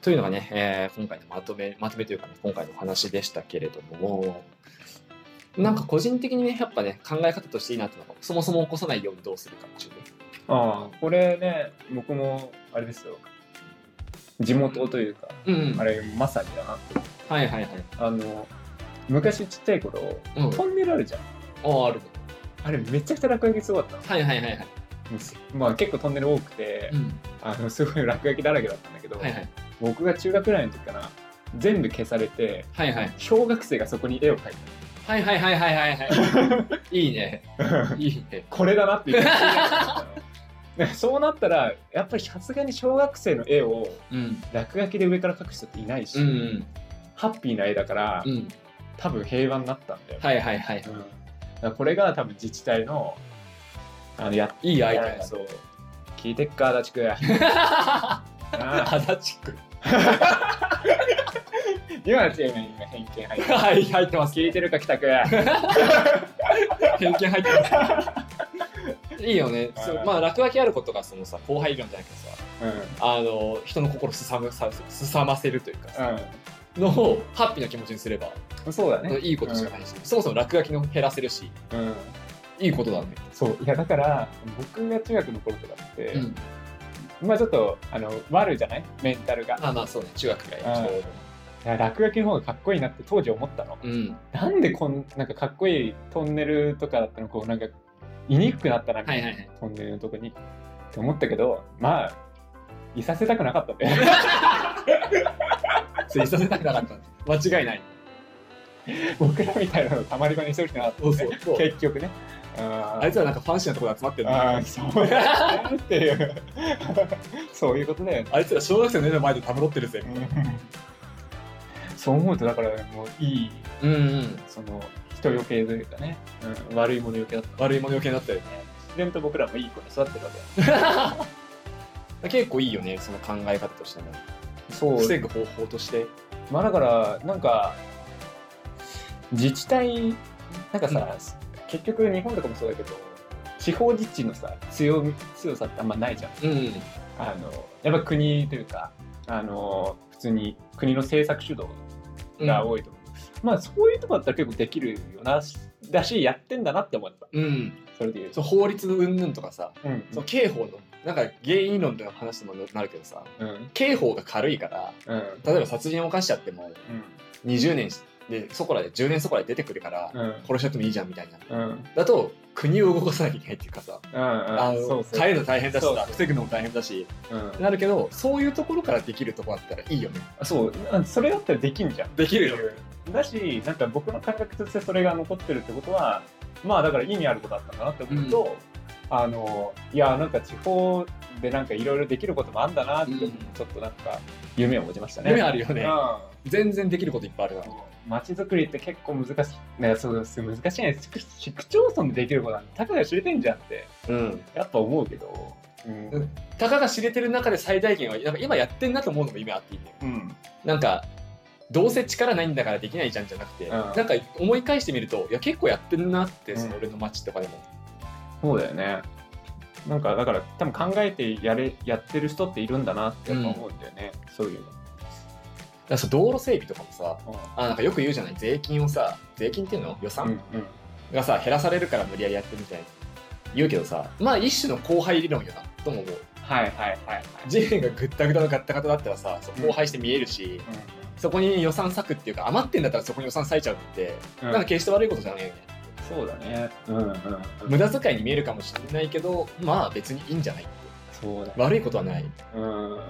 [SPEAKER 2] というのがね、えー今回のまとめまとめというかね今回のお話でしたけれどもなんか個人的にねやっぱね考え方としていいなっていうのがそもそも起こさないようにどうするかっていうね
[SPEAKER 1] ああこれね僕もあれですよ地元というか
[SPEAKER 2] うん
[SPEAKER 1] あれまさにだな
[SPEAKER 2] はいはいはい。
[SPEAKER 1] あの昔ちっちゃい頃
[SPEAKER 2] うん、
[SPEAKER 1] トンネルあるじゃん
[SPEAKER 2] ああるね。
[SPEAKER 1] あれめちゃくちゃ落書きすごかったの
[SPEAKER 2] はいはいはいはい。
[SPEAKER 1] まあ、結構トンネル多くて、
[SPEAKER 2] うん
[SPEAKER 1] あのすごい落書きだらけだったんだけど、
[SPEAKER 2] はいはい
[SPEAKER 1] 僕が中学ぐらいの時かな全部消されて
[SPEAKER 2] はいはい
[SPEAKER 1] 小学生がそこに絵を描い
[SPEAKER 2] はいはいはいはいはいはい。いいね。
[SPEAKER 1] た
[SPEAKER 2] いいね。
[SPEAKER 1] これだなっていうね そうなったらやっぱりさすがに小学生の絵を
[SPEAKER 2] うん。
[SPEAKER 1] 落書きで上から描く人っていないし、
[SPEAKER 2] うん。
[SPEAKER 1] ハッピーな絵だから、
[SPEAKER 2] うん。
[SPEAKER 1] 多分平和になったんだよ、
[SPEAKER 2] はいはいはい。
[SPEAKER 1] うんだからこれが多分自治体のあのやっ
[SPEAKER 2] いいアイデ
[SPEAKER 1] や
[SPEAKER 2] ア。
[SPEAKER 1] そう聞いてっか足立区ああ
[SPEAKER 2] 足立区。
[SPEAKER 1] 今のチームに今偏見入った
[SPEAKER 2] はい、入ってます。
[SPEAKER 1] 聞いてるか北区
[SPEAKER 2] 偏見入ってます。いいよね。そうまあ、落書きあることが、そのさ、後輩論じゃないけど
[SPEAKER 1] う
[SPEAKER 2] さ、
[SPEAKER 1] ん
[SPEAKER 2] あの、人の心すさむ、さ、すさませるというかさ、
[SPEAKER 1] う
[SPEAKER 2] のを、ハッピーな気持ちにすれば、
[SPEAKER 1] んそうだね
[SPEAKER 2] いいことしかないし、そもそも落書きの減らせるし、
[SPEAKER 1] うん
[SPEAKER 2] いいことだね。
[SPEAKER 1] そういやだから僕が中学の頃とかって、
[SPEAKER 2] うん。
[SPEAKER 1] まあちょっとあの悪じゃないメンタルが
[SPEAKER 2] まあまあ、そうね。中学がちょう
[SPEAKER 1] いや落書きの方がかっこいいなって当時思ったの、
[SPEAKER 2] ど。うん。
[SPEAKER 1] なんでこんなんかかっこいいトンネルとかだったのこうなんか言いにくくなったなみた
[SPEAKER 2] はいい
[SPEAKER 1] な、
[SPEAKER 2] はいはい。
[SPEAKER 1] トンネルのとこにって思ったけどまあいさせたくなかったんだよね
[SPEAKER 2] そう、いさせたくなかった。間違いない。
[SPEAKER 1] 僕らみたいなのたまり場にしてる人なかった
[SPEAKER 2] そうそうそう
[SPEAKER 1] 結局ねあ
[SPEAKER 2] あいつらなんかファンシーなところ集まってる
[SPEAKER 1] あーそう だねっていうそういうことだよね
[SPEAKER 2] あいつら小学生の目の前でたむろってるぜ
[SPEAKER 1] そう思うとだからもういい
[SPEAKER 2] うんうん
[SPEAKER 1] その人よけというかね、うん、悪いものよけだったね
[SPEAKER 2] 悪いもの余計になったよ
[SPEAKER 1] 自然と僕らもいい子に育ってるわけだ
[SPEAKER 2] ね結構いいよねその考え方としても
[SPEAKER 1] そ
[SPEAKER 2] 防ぐ方法として
[SPEAKER 1] まあだからなんか自治体なんかさ、結局日本とかもそうだけど地方自治のさ強み強さってあんまないじゃん
[SPEAKER 2] うんうん
[SPEAKER 1] あのやっぱ国というかあの普通に国の政策主導が多いと思う、まあそういうとこだったら結構できるよなだしやってんだなって思った
[SPEAKER 2] うん
[SPEAKER 1] それで言う
[SPEAKER 2] そ
[SPEAKER 1] と
[SPEAKER 2] う法律の云々とかさ
[SPEAKER 1] うん
[SPEAKER 2] その刑法のなんか原因論の話にもなるけどさ
[SPEAKER 1] うん
[SPEAKER 2] 刑法が軽いから
[SPEAKER 1] うん
[SPEAKER 2] 例えば殺人を犯しちゃっても20年でそこらで10年そこらで出てくるから
[SPEAKER 1] うん
[SPEAKER 2] 殺しちゃってもいいじゃんみたいな
[SPEAKER 1] うんうん
[SPEAKER 2] だと国を動かさなきゃいけないっていうかさあ
[SPEAKER 1] うん
[SPEAKER 2] の変えるの大変だし
[SPEAKER 1] そうそ
[SPEAKER 2] さ
[SPEAKER 1] う
[SPEAKER 2] 防ぐのも大変だし
[SPEAKER 1] うん
[SPEAKER 2] なるけどそういうところからできるとこだったらいいよね
[SPEAKER 1] そうあそれだったらできんじゃん
[SPEAKER 2] できるよ
[SPEAKER 1] だしなんか僕の感覚としてそれが残ってるってことはまあだから意味あることだったんだなって思うと、あのいやなんか地方でなんかいろいろできることもあんだなって、
[SPEAKER 2] うん
[SPEAKER 1] ちょっとなんか夢を持ちましたね。
[SPEAKER 2] 夢あるよね
[SPEAKER 1] う
[SPEAKER 2] 全然できることいっぱいあるなん
[SPEAKER 1] 街づくりって結構難しい、ね、そうです難しいね市区市区町村でできることなんてたかが知れてんじゃんって
[SPEAKER 2] うん
[SPEAKER 1] やっぱ思うけど、うん
[SPEAKER 2] うんたかが知れてる中で最大限はなんか今やってんなと思うのも今あっていいんだよ
[SPEAKER 1] うん
[SPEAKER 2] なんかどうせ力ないんだからできないじゃんじゃなくて、
[SPEAKER 1] ん
[SPEAKER 2] なんか思い返してみるといや結構やってんなってその俺の街とかでも、
[SPEAKER 1] そうだよねなんかだから多分考えてやれやってる人っているんだなってやっぱ思うんだよね、そういうの。
[SPEAKER 2] だからそう道路整備とかもさ
[SPEAKER 1] うん
[SPEAKER 2] あなんかよく言うじゃない税金をさ税金っていうの予算、
[SPEAKER 1] うんうん
[SPEAKER 2] がさ減らされるから無理やりやってみたいな言うけどさまあ一種の後輩理論よなとも思う
[SPEAKER 1] はいはいはいはい。
[SPEAKER 2] 地面がぐったぐたのガッタガタだったらさそう
[SPEAKER 1] うん
[SPEAKER 2] 荒廃して見えるし、そこに予算割くっていうか余ってんだったらそこに予算割いちゃうって、
[SPEAKER 1] うん
[SPEAKER 2] なんか決して悪いことじゃないよね
[SPEAKER 1] そうだね。うんうん、うん。
[SPEAKER 2] 無駄遣いに見えるかもしれないけどまあ別にいいんじゃないって
[SPEAKER 1] そうだね。
[SPEAKER 2] 悪いこと はない
[SPEAKER 1] うん。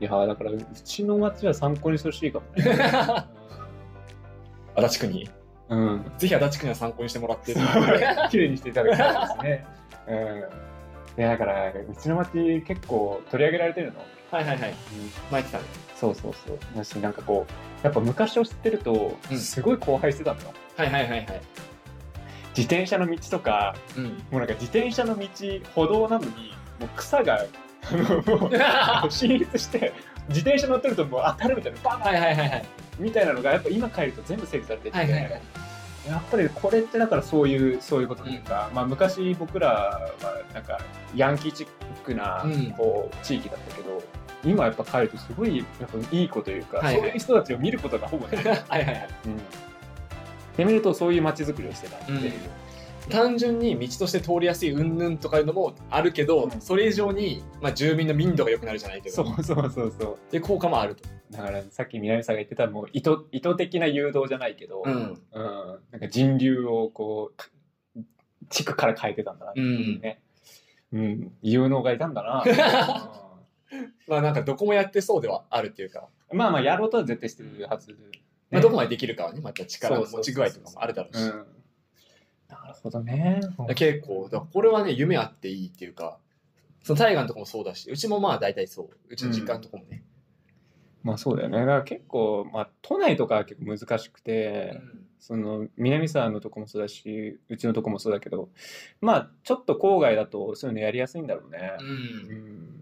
[SPEAKER 1] いやーだからうちの町は参考にしてほしいかもね。
[SPEAKER 2] 足立区に
[SPEAKER 1] うん。
[SPEAKER 2] ぜひ足立区には参考にしてもらって
[SPEAKER 1] 綺麗にしていただきたいです ね。うん。いやだからうちの町結構取り上げられてるの。
[SPEAKER 2] はいはいはいマイキさん
[SPEAKER 1] そうそうそう。だしなんかこうやっぱ昔を知ってると
[SPEAKER 2] うん
[SPEAKER 1] すごい荒廃してたのよ。
[SPEAKER 2] はいはいはいはい
[SPEAKER 1] 自転車の道とか
[SPEAKER 2] うん
[SPEAKER 1] もうなんか自転車の道歩道なのにもう草があのもう。 進出して自転車乗ってるともう当たるみたいなバーン
[SPEAKER 2] はいはいはいはい
[SPEAKER 1] みたいなのがやっぱ今帰ると全部整備されてて、
[SPEAKER 2] はいはいはい
[SPEAKER 1] やっぱりこれってだからそういうそういうことというか、まあ、昔僕らはなんかヤンキーチックな
[SPEAKER 2] うん
[SPEAKER 1] こう地域だったけど、今やっぱ帰るとすごいやっぱいい子というか、
[SPEAKER 2] はいはい
[SPEAKER 1] そういう人たちを見ることがほぼ ない。
[SPEAKER 2] はいはいはい
[SPEAKER 1] うんで見るとそういう街づくりをしてたっていう、
[SPEAKER 2] うん単純に道として通りやすい云々とかいうのもあるけど、
[SPEAKER 1] うん
[SPEAKER 2] それ以上に、まあ、住民の民度が良くなるじゃないけど
[SPEAKER 1] そうそうそうそう
[SPEAKER 2] で効果もあると、
[SPEAKER 1] だからさっき南さんが言ってたもう意図意図的な誘導じゃないけど、
[SPEAKER 2] ん
[SPEAKER 1] うんなんか人流をこう地区から変えてたんだなっていうね、うん、有能がいたんだ な。
[SPEAKER 2] まあなんかどこもやってそうではあるっていうか、
[SPEAKER 1] うんまあまあ、やろうとは絶対してるはず。
[SPEAKER 2] まあ、どこまでできるかはねまた力の
[SPEAKER 1] そうそうそう
[SPEAKER 2] 持ち具合とかもあるだろう
[SPEAKER 1] う
[SPEAKER 2] し、
[SPEAKER 1] ん。なるほどね。
[SPEAKER 2] 結構だからこれはね夢あっていいっていうかその大河のとこもそうだしうちもまあ大体そううちの実家のとこもね、
[SPEAKER 1] まあそうだよね。だから結構、まあ、都内とかは結構難しくて、その南沢のとこもそうだし、うちのとこもそうだけど、まあちょっと郊外だとそういうのやりやすいんだろうね。
[SPEAKER 2] うん
[SPEAKER 1] うん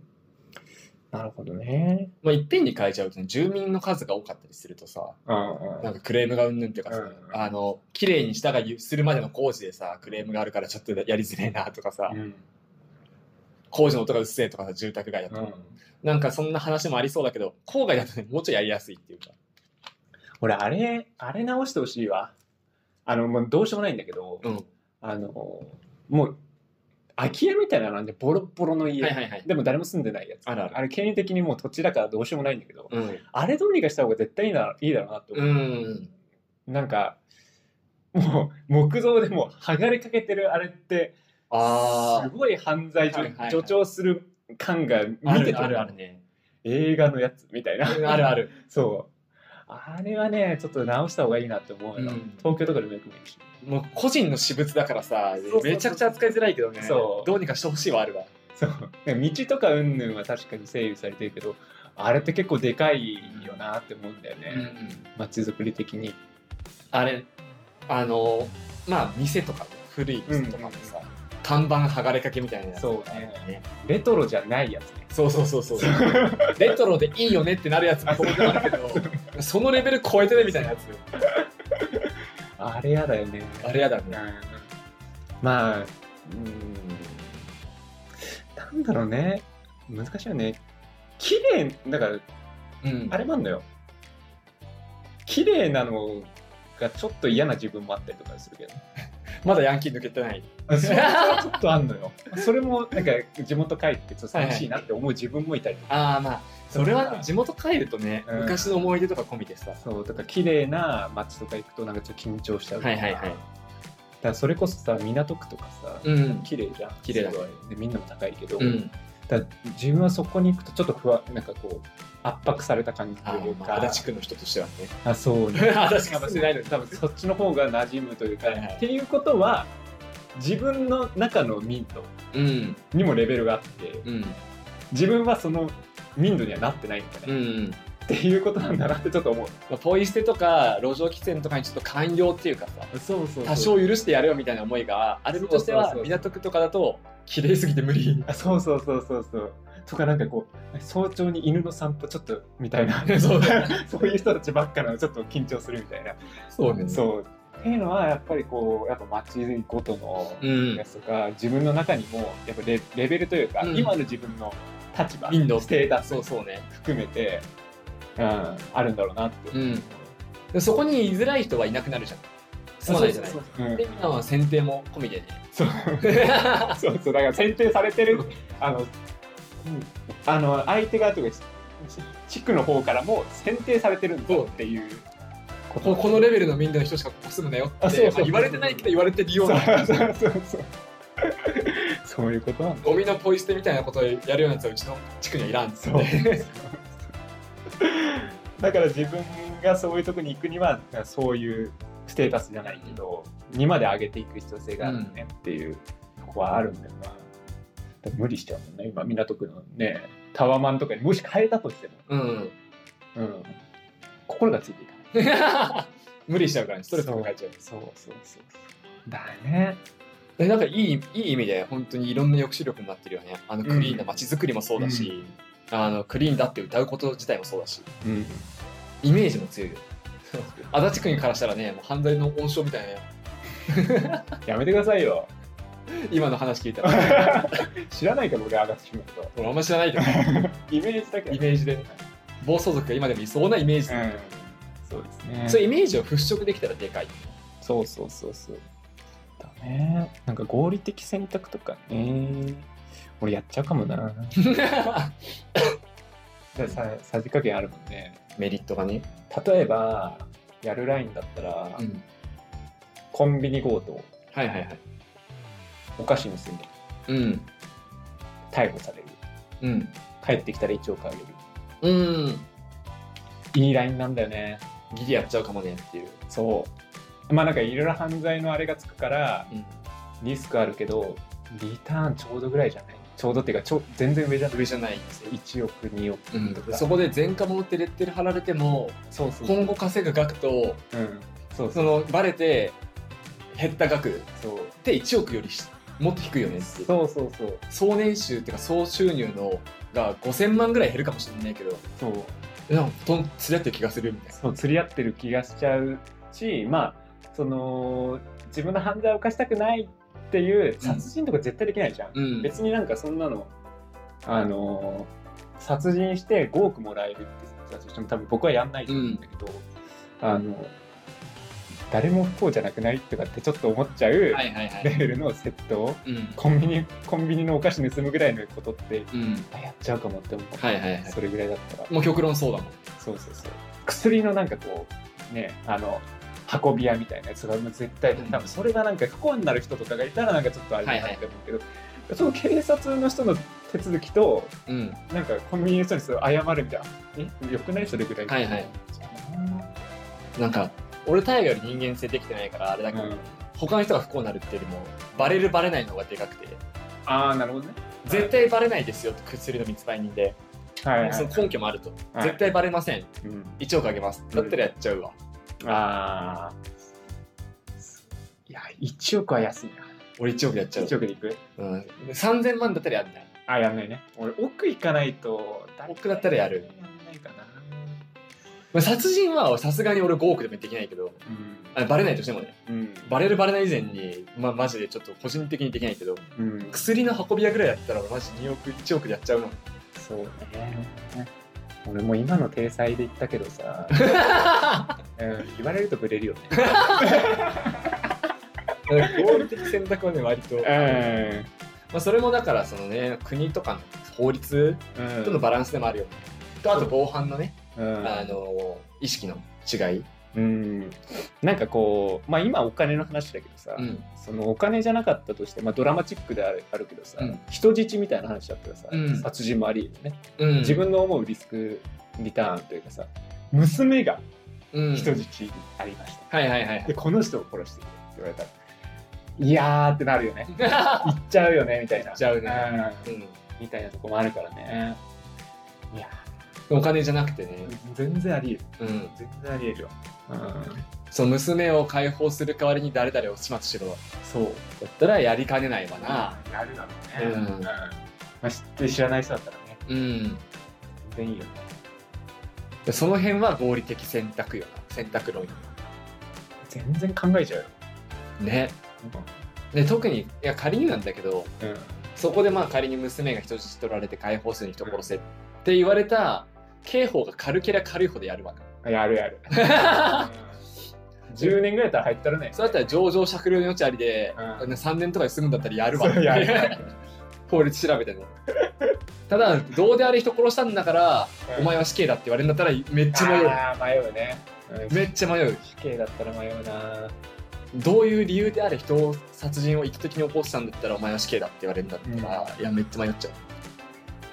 [SPEAKER 1] なるほどね。
[SPEAKER 2] まあ、いっぺんに変えちゃうとね住民の数が多かったりするとさ
[SPEAKER 1] うん
[SPEAKER 2] なんかクレームがうんぬんっていうかさ、
[SPEAKER 1] うん
[SPEAKER 2] あの綺麗にしたがゆするまでの工事でさクレームがあるからちょっとやりづれえなとかさ、
[SPEAKER 1] うん。
[SPEAKER 2] 工事の音がうっせえとかさ住宅街だと、
[SPEAKER 1] うん。
[SPEAKER 2] なんかそんな話もありそうだけど郊外だとねもうちょいやりやすいっていうか
[SPEAKER 1] 俺、あれ、あれ直してほしいわ。あの、もうどうしようもないんだけど、
[SPEAKER 2] うんは
[SPEAKER 1] あの、もう、空き家みたいなのなんで、ボロッボロの
[SPEAKER 2] い
[SPEAKER 1] 家。
[SPEAKER 2] はいはい
[SPEAKER 1] でも誰も住んでないやつ。
[SPEAKER 2] あるある
[SPEAKER 1] あれ、権利的にもう土地だからどうしようもないんだけど、
[SPEAKER 2] うん、
[SPEAKER 1] あれどうにかした方が絶対いいだいいだろうなって思
[SPEAKER 2] う
[SPEAKER 1] う。
[SPEAKER 2] ん、
[SPEAKER 1] なんか、もう、木造でもう剥がれかけてるあれって、
[SPEAKER 2] あ
[SPEAKER 1] す
[SPEAKER 2] ー
[SPEAKER 1] ごい犯罪助,、
[SPEAKER 2] はいはいはい
[SPEAKER 1] 助長する感が見
[SPEAKER 2] あ
[SPEAKER 1] て取れ
[SPEAKER 2] るあるあるね
[SPEAKER 1] 映画のやつみたいな。
[SPEAKER 2] あるある
[SPEAKER 1] そう。あれはね、ちょっと直した方がいいなって思うよ。
[SPEAKER 2] うん
[SPEAKER 1] 東京とかでもよく見るし。
[SPEAKER 2] もう個人の私物だからさ
[SPEAKER 1] そうそうそう
[SPEAKER 2] めちゃくちゃ扱いづらいけどね
[SPEAKER 1] そう
[SPEAKER 2] どうにかしてほしいはあるわ
[SPEAKER 1] そう。道とか云々は確かに整備されてるけど、あれって結構でかいよなって思うんだよね。街づくり的に。
[SPEAKER 2] あれあのまあ店とか古い店とかもさ、看板剥がれかけみたいなやつ
[SPEAKER 1] そう
[SPEAKER 2] あるよね
[SPEAKER 1] レトロじゃないやつね。
[SPEAKER 2] そうそうそうそうレトロでいいよねってなるやつも当然あるけ どそのレベル超えてねみたいなやつ
[SPEAKER 1] あれやだよね。
[SPEAKER 2] あれやだ
[SPEAKER 1] うん
[SPEAKER 2] ね
[SPEAKER 1] まあ、うん。なんだろうね。難しいよね。綺麗だから、
[SPEAKER 2] うん
[SPEAKER 1] あれもあんのよ。綺麗なのがちょっと嫌な自分もあったりとかするけど。
[SPEAKER 2] まだヤンキー抜けてない
[SPEAKER 1] それはちょっとあんのよ。それもなんか地元帰ってちょっと寂しいなって思う自分もいたりとか。
[SPEAKER 2] ああまあそれはね地元帰るとね、
[SPEAKER 1] うん
[SPEAKER 2] 昔の思い出とか込みでさ
[SPEAKER 1] そうだから綺麗な街とか行くとなんかちょっと緊張しちゃうとか
[SPEAKER 2] はいはいはい
[SPEAKER 1] だからそれこそさ港区とかさ、
[SPEAKER 2] うん
[SPEAKER 1] 綺麗じゃん
[SPEAKER 2] 綺麗だね
[SPEAKER 1] すごいでみんなも高いけど、
[SPEAKER 2] うん
[SPEAKER 1] だから自分はそこに行くとちょっと不安なんかこう圧迫された感じと
[SPEAKER 2] あ
[SPEAKER 1] いう
[SPEAKER 2] ー、
[SPEAKER 1] か
[SPEAKER 2] まあ、足立区の人としてはね
[SPEAKER 1] あそうね
[SPEAKER 2] 足立区住んでないのに
[SPEAKER 1] 多分そっちの方が馴染むというか、
[SPEAKER 2] はいはい
[SPEAKER 1] っていうことは自分の中の民度
[SPEAKER 2] うん
[SPEAKER 1] にもレベルがあって
[SPEAKER 2] うん
[SPEAKER 1] 自分はその民度にはなってないんだね、
[SPEAKER 2] うん
[SPEAKER 1] っていうことなんだなってちょっと思う
[SPEAKER 2] まあ、ポイ捨てとか路上喫煙とかにちょっと寛容っていうかさ
[SPEAKER 1] そうそう
[SPEAKER 2] 多少許してやれよみたいな思いがあるとし
[SPEAKER 1] そ
[SPEAKER 2] て
[SPEAKER 1] う
[SPEAKER 2] は
[SPEAKER 1] そうそう
[SPEAKER 2] 港区とかだと綺麗すぎて無理
[SPEAKER 1] あそうそうそうそうそうとかなんかこう早朝に犬の散歩ちょっとみたいな
[SPEAKER 2] そう
[SPEAKER 1] そういう人たちばっかなのちょっと緊張するみたいな
[SPEAKER 2] そうね
[SPEAKER 1] そうっていうのはやっぱりこうやっぱ街ごとの
[SPEAKER 2] うん
[SPEAKER 1] やつとか、自分の中にもやっぱレレベルというか、
[SPEAKER 2] うん
[SPEAKER 1] 今の自分の立場
[SPEAKER 2] 民度
[SPEAKER 1] ステータス
[SPEAKER 2] そうそうね
[SPEAKER 1] 含めて、うん、あるんだろうなって、
[SPEAKER 2] うんでそこに居づらい人はいなくなるじゃん住まないじゃない
[SPEAKER 1] そうそうそう
[SPEAKER 2] で今は選定も込みでね
[SPEAKER 1] そうそうそうだから選定されてるあの、あの相手側というかち地区の方からも選定されてるんだっていうこ
[SPEAKER 2] こ このレベルの民度の人しかここ住むなよって
[SPEAKER 1] あそうそうそう
[SPEAKER 2] まあ言われてないけど言われてるよう
[SPEAKER 1] そう
[SPEAKER 2] な
[SPEAKER 1] そうそうそうそういうことなんだ
[SPEAKER 2] ゴミのポイ捨てみたいなことをやるようなやつはうちの地区にはいらんっつって
[SPEAKER 1] だから自分がそういうとこに行くにはそういうステータスじゃないけどにまで上げていく必要性があるねっていうとこはあるんだよな、だから無理しちゃうもんね今港区のねタワマンとかにもし変えたとしても
[SPEAKER 2] うん
[SPEAKER 1] うん、心がついていかない。
[SPEAKER 2] 無理しちゃうからねストレスも抱えちゃう
[SPEAKER 1] そうそうそうそう。だね。
[SPEAKER 2] でなんかいいいい意味で本当にいろんな抑止力になってるよねあのクリーンな街づくりもそうだし、あのクリーンだって歌うこと自体もそうだし
[SPEAKER 1] うん。
[SPEAKER 2] イメージも 強いよ足立区にからしたらねもう犯罪の温床みたいな
[SPEAKER 1] やめてください よ。
[SPEAKER 2] 今の話聞いた ら
[SPEAKER 1] 知らないから俺上がってしまうと。
[SPEAKER 2] 俺あんま知らないけど
[SPEAKER 1] イメージだけ。
[SPEAKER 2] イメージで暴走族が今でもいそうなイメージ、
[SPEAKER 1] うん。そうですね。
[SPEAKER 2] そういうイメージを払拭できたらで かい
[SPEAKER 1] そうそうそうそう。だね。なんか合理的選択とかね。俺やっちゃうかもな。ささじ加減あるもんね。
[SPEAKER 2] メリットがね、
[SPEAKER 1] 例えば、やるラインだったら、
[SPEAKER 2] うん、
[SPEAKER 1] コンビニ強盗、
[SPEAKER 2] はいはいはい
[SPEAKER 1] お菓子盗んだ。
[SPEAKER 2] うん
[SPEAKER 1] 逮捕される
[SPEAKER 2] うん。
[SPEAKER 1] 帰ってきたら1億あげる
[SPEAKER 2] うん。
[SPEAKER 1] いいラインなんだよね
[SPEAKER 2] ギリやっちゃうかもねっていう。
[SPEAKER 1] そうまあなんかいろいろ犯罪のあれがつくからリスクあるけどリターンちょうどぐらいじゃないちょうどっていうかちょ全然上じゃない
[SPEAKER 2] 上じゃないんですよ。
[SPEAKER 1] 1億2億
[SPEAKER 2] うん
[SPEAKER 1] とか、、
[SPEAKER 2] そこで前科者ってレッテル貼られても
[SPEAKER 1] そうそう
[SPEAKER 2] 今後稼ぐ額と
[SPEAKER 1] うんそうそ
[SPEAKER 2] そうのバレて減った額っ
[SPEAKER 1] そう
[SPEAKER 2] て1億よりしもっと低いよねっていう
[SPEAKER 1] そうそうそう
[SPEAKER 2] 総年収っていうか総収入のが5000万ぐらい減るかもしれないけど
[SPEAKER 1] そう
[SPEAKER 2] なんかとんつり合ってる気がするみたいな
[SPEAKER 1] そう釣り合ってる気がしちゃうしまあその自分の犯罪を犯したくないっていう殺人とか絶対できないじゃん、
[SPEAKER 2] うん
[SPEAKER 1] 別になんかそんなのあのー殺人して5億もらえるって言ったとしても多分僕はやんないと思うんだけど、あの誰も不幸じゃなくないとかってちょっと思っちゃうレ
[SPEAKER 2] いはいは
[SPEAKER 1] ベルの窃盗、
[SPEAKER 2] うん
[SPEAKER 1] コンビニコンビニのお菓子盗むぐらいのことって
[SPEAKER 2] うん
[SPEAKER 1] あやっちゃうかもって思う、
[SPEAKER 2] はいはいはい
[SPEAKER 1] それぐらいだったら
[SPEAKER 2] もう極論そうだもん
[SPEAKER 1] そうそうそう薬のなんかこうねあの運び屋みたいなやつがもう絶対
[SPEAKER 2] うん
[SPEAKER 1] 多分それがなんか不幸になる人とかがいたらなんかちょっとあれだなって思うけど、その警察の人の手続きと
[SPEAKER 2] うん
[SPEAKER 1] なんかコンビニの人にそれ謝るみたいなえよくないそれぐらい
[SPEAKER 2] はいはいなんか俺大河より人間性できてないからあれだ
[SPEAKER 1] う
[SPEAKER 2] けど、
[SPEAKER 1] ん
[SPEAKER 2] 他の人が不幸になるっていうよりもバレるバレないのがでかくて
[SPEAKER 1] ああなるほどね
[SPEAKER 2] 絶対バレないですよって薬の密売人で、
[SPEAKER 1] はいはい
[SPEAKER 2] その根拠もあると、
[SPEAKER 1] はい
[SPEAKER 2] 絶対バレません
[SPEAKER 1] うん
[SPEAKER 2] 1億あげますだったらやっちゃうわ、
[SPEAKER 1] ああいや1億は安いな
[SPEAKER 2] 俺1億やっちゃう
[SPEAKER 1] 1、億でいく
[SPEAKER 2] うん、3000万だったらやんない
[SPEAKER 1] あやんないね俺奥行かないと
[SPEAKER 2] 奥だったらやる
[SPEAKER 1] やんないかな
[SPEAKER 2] まあ殺人はさすがに俺5億でもできないけどあバレないとしてもね
[SPEAKER 1] うん、うん、
[SPEAKER 2] バレるバレない以前に、まあ、マジでちょっと個人的にできないけど
[SPEAKER 1] うん、
[SPEAKER 2] 薬の運び屋ぐらいやったら俺マジ2億1億でやっちゃうの
[SPEAKER 1] そうね。俺もう今の体裁で言ったけどさ、うん、言われるとブレるよね。
[SPEAKER 2] 合理的選択はね割と、ま
[SPEAKER 1] う
[SPEAKER 2] あ、それもだからそのね国とかの法律
[SPEAKER 1] ん。
[SPEAKER 2] とのバランスでもあるよね、とあと防犯のね、
[SPEAKER 1] うん
[SPEAKER 2] あの意識の違い、
[SPEAKER 1] うん、なんかこう、まあ、今お金の話だけどさ、
[SPEAKER 2] ん
[SPEAKER 1] そのお金じゃなかったとして、まあ、ドラマチックであるあるけどさ、
[SPEAKER 2] うん
[SPEAKER 1] 人質みたいな話だったらさ、
[SPEAKER 2] うん
[SPEAKER 1] 殺人もあり得るよね、
[SPEAKER 2] うん、
[SPEAKER 1] 自分の思うリスクリターンというかさ娘が
[SPEAKER 2] うん
[SPEAKER 1] 人質にありました、
[SPEAKER 2] はいはいはい
[SPEAKER 1] でこの人を殺してくれって言われたらいやーってなるよね
[SPEAKER 2] は
[SPEAKER 1] 行
[SPEAKER 2] い
[SPEAKER 1] っちゃうよねみたいな
[SPEAKER 2] ちゃうね、
[SPEAKER 1] う
[SPEAKER 2] うんん、
[SPEAKER 1] みたいなとこもあるからね。いや、
[SPEAKER 2] お金じゃなくてね、
[SPEAKER 1] 全然あり得
[SPEAKER 2] うん、
[SPEAKER 1] る。全然あり得るよ。うん、
[SPEAKER 2] その娘を解放する代わりに誰々を始末しろだ
[SPEAKER 1] そう。
[SPEAKER 2] ったらやりかねないわな
[SPEAKER 1] あるだろ
[SPEAKER 2] うね
[SPEAKER 1] うん
[SPEAKER 2] うん
[SPEAKER 1] まあ、知って知らない人だったらね、
[SPEAKER 2] うん
[SPEAKER 1] 全然いいよね。
[SPEAKER 2] その辺は合理的選択よな選択論よ
[SPEAKER 1] 全然考えちゃうよ。
[SPEAKER 2] ねで特にいや仮になんだけど
[SPEAKER 1] うん。
[SPEAKER 2] そこでまあ仮に娘が人質取られて解放するに人殺せって言われた刑法が軽けりゃ軽いほどやるわな
[SPEAKER 1] うん、やるや る。うん10年ぐらいだったら入ったらね。
[SPEAKER 2] そうだったら上場酌量の余地ありで、
[SPEAKER 1] うん
[SPEAKER 2] 3年とかで済むんだったらやるわ
[SPEAKER 1] そう やるやる
[SPEAKER 2] 法律調べてねただどうであれ人殺したんだから、
[SPEAKER 1] うん
[SPEAKER 2] お前は死刑だって言われるんだったらめっちゃ迷う
[SPEAKER 1] あー迷うね。うん
[SPEAKER 2] めっちゃ迷う
[SPEAKER 1] 死刑だったら迷うな。
[SPEAKER 2] どういう理由であれ人を殺人を意図的に起こしたんだったらお前は死刑だって言われるんだったら、いやめっちゃ迷っちゃう、
[SPEAKER 1] っ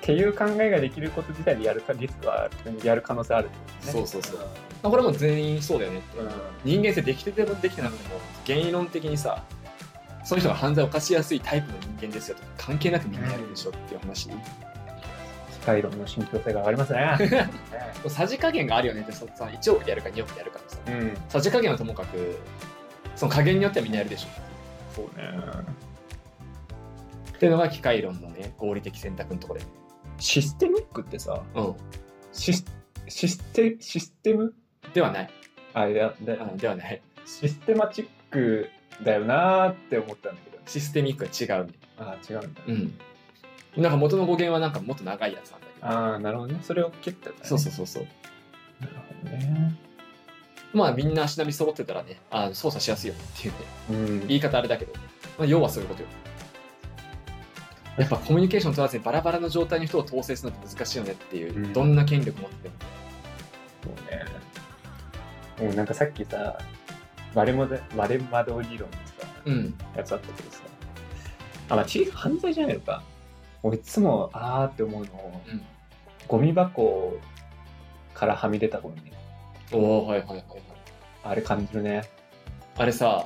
[SPEAKER 1] ていう考えができること自体でやるかリスクはあるやる可能性あるってことね。
[SPEAKER 2] そうそうそうまあ、これも全員そうだよね
[SPEAKER 1] うん。
[SPEAKER 2] 人間性できててもできてなくても原因論的にさその人が犯罪を犯しやすいタイプの人間ですよとか関係なくみんなやるでしょっていう話、
[SPEAKER 1] 機械論の信憑性が上がります ね。
[SPEAKER 2] さじ加減があるよねってそさ1億でやるか2億でやるかのさ
[SPEAKER 1] うん。
[SPEAKER 2] さじ加減はともかくその加減によってはみんなやるでしょ
[SPEAKER 1] そうね。
[SPEAKER 2] っていうのが機械論のね合理的選択のところで
[SPEAKER 1] システミックってさ、
[SPEAKER 2] う
[SPEAKER 1] シスシステシステム
[SPEAKER 2] んではない、
[SPEAKER 1] あれだだ
[SPEAKER 2] うん、ではない
[SPEAKER 1] システマチックだよなーって思ったんだけど。
[SPEAKER 2] システミックは違うね
[SPEAKER 1] あー違うんだ。
[SPEAKER 2] うんなんか元の語源はなんかもっと長いやつなんだけど
[SPEAKER 1] ああ、なるほどね。それを切ったんだね、
[SPEAKER 2] そうそうそうそう
[SPEAKER 1] う。なるほどね。
[SPEAKER 2] まあみんな足並み揃ってたらねあ操作しやすいよねっていうね
[SPEAKER 1] うん。
[SPEAKER 2] 言い方あれだけど、まあ、要はそういうことよやっぱコミュニケーション取らずにバラバラの状態の人を統制するのって難しいよねっていう、
[SPEAKER 1] うん
[SPEAKER 2] どんな権力持ってても
[SPEAKER 1] そうね。もうなんかさっきさ、割れもで割れ窓理論ってさ、
[SPEAKER 2] うん
[SPEAKER 1] やつあったけどさ。あ、まあ、ち犯罪じゃないのか。俺いつもあーって思うの
[SPEAKER 2] うん
[SPEAKER 1] ゴミ箱からはみ出たゴミね
[SPEAKER 2] おおはいはいはいはい
[SPEAKER 1] あれ感じるね
[SPEAKER 2] あれさ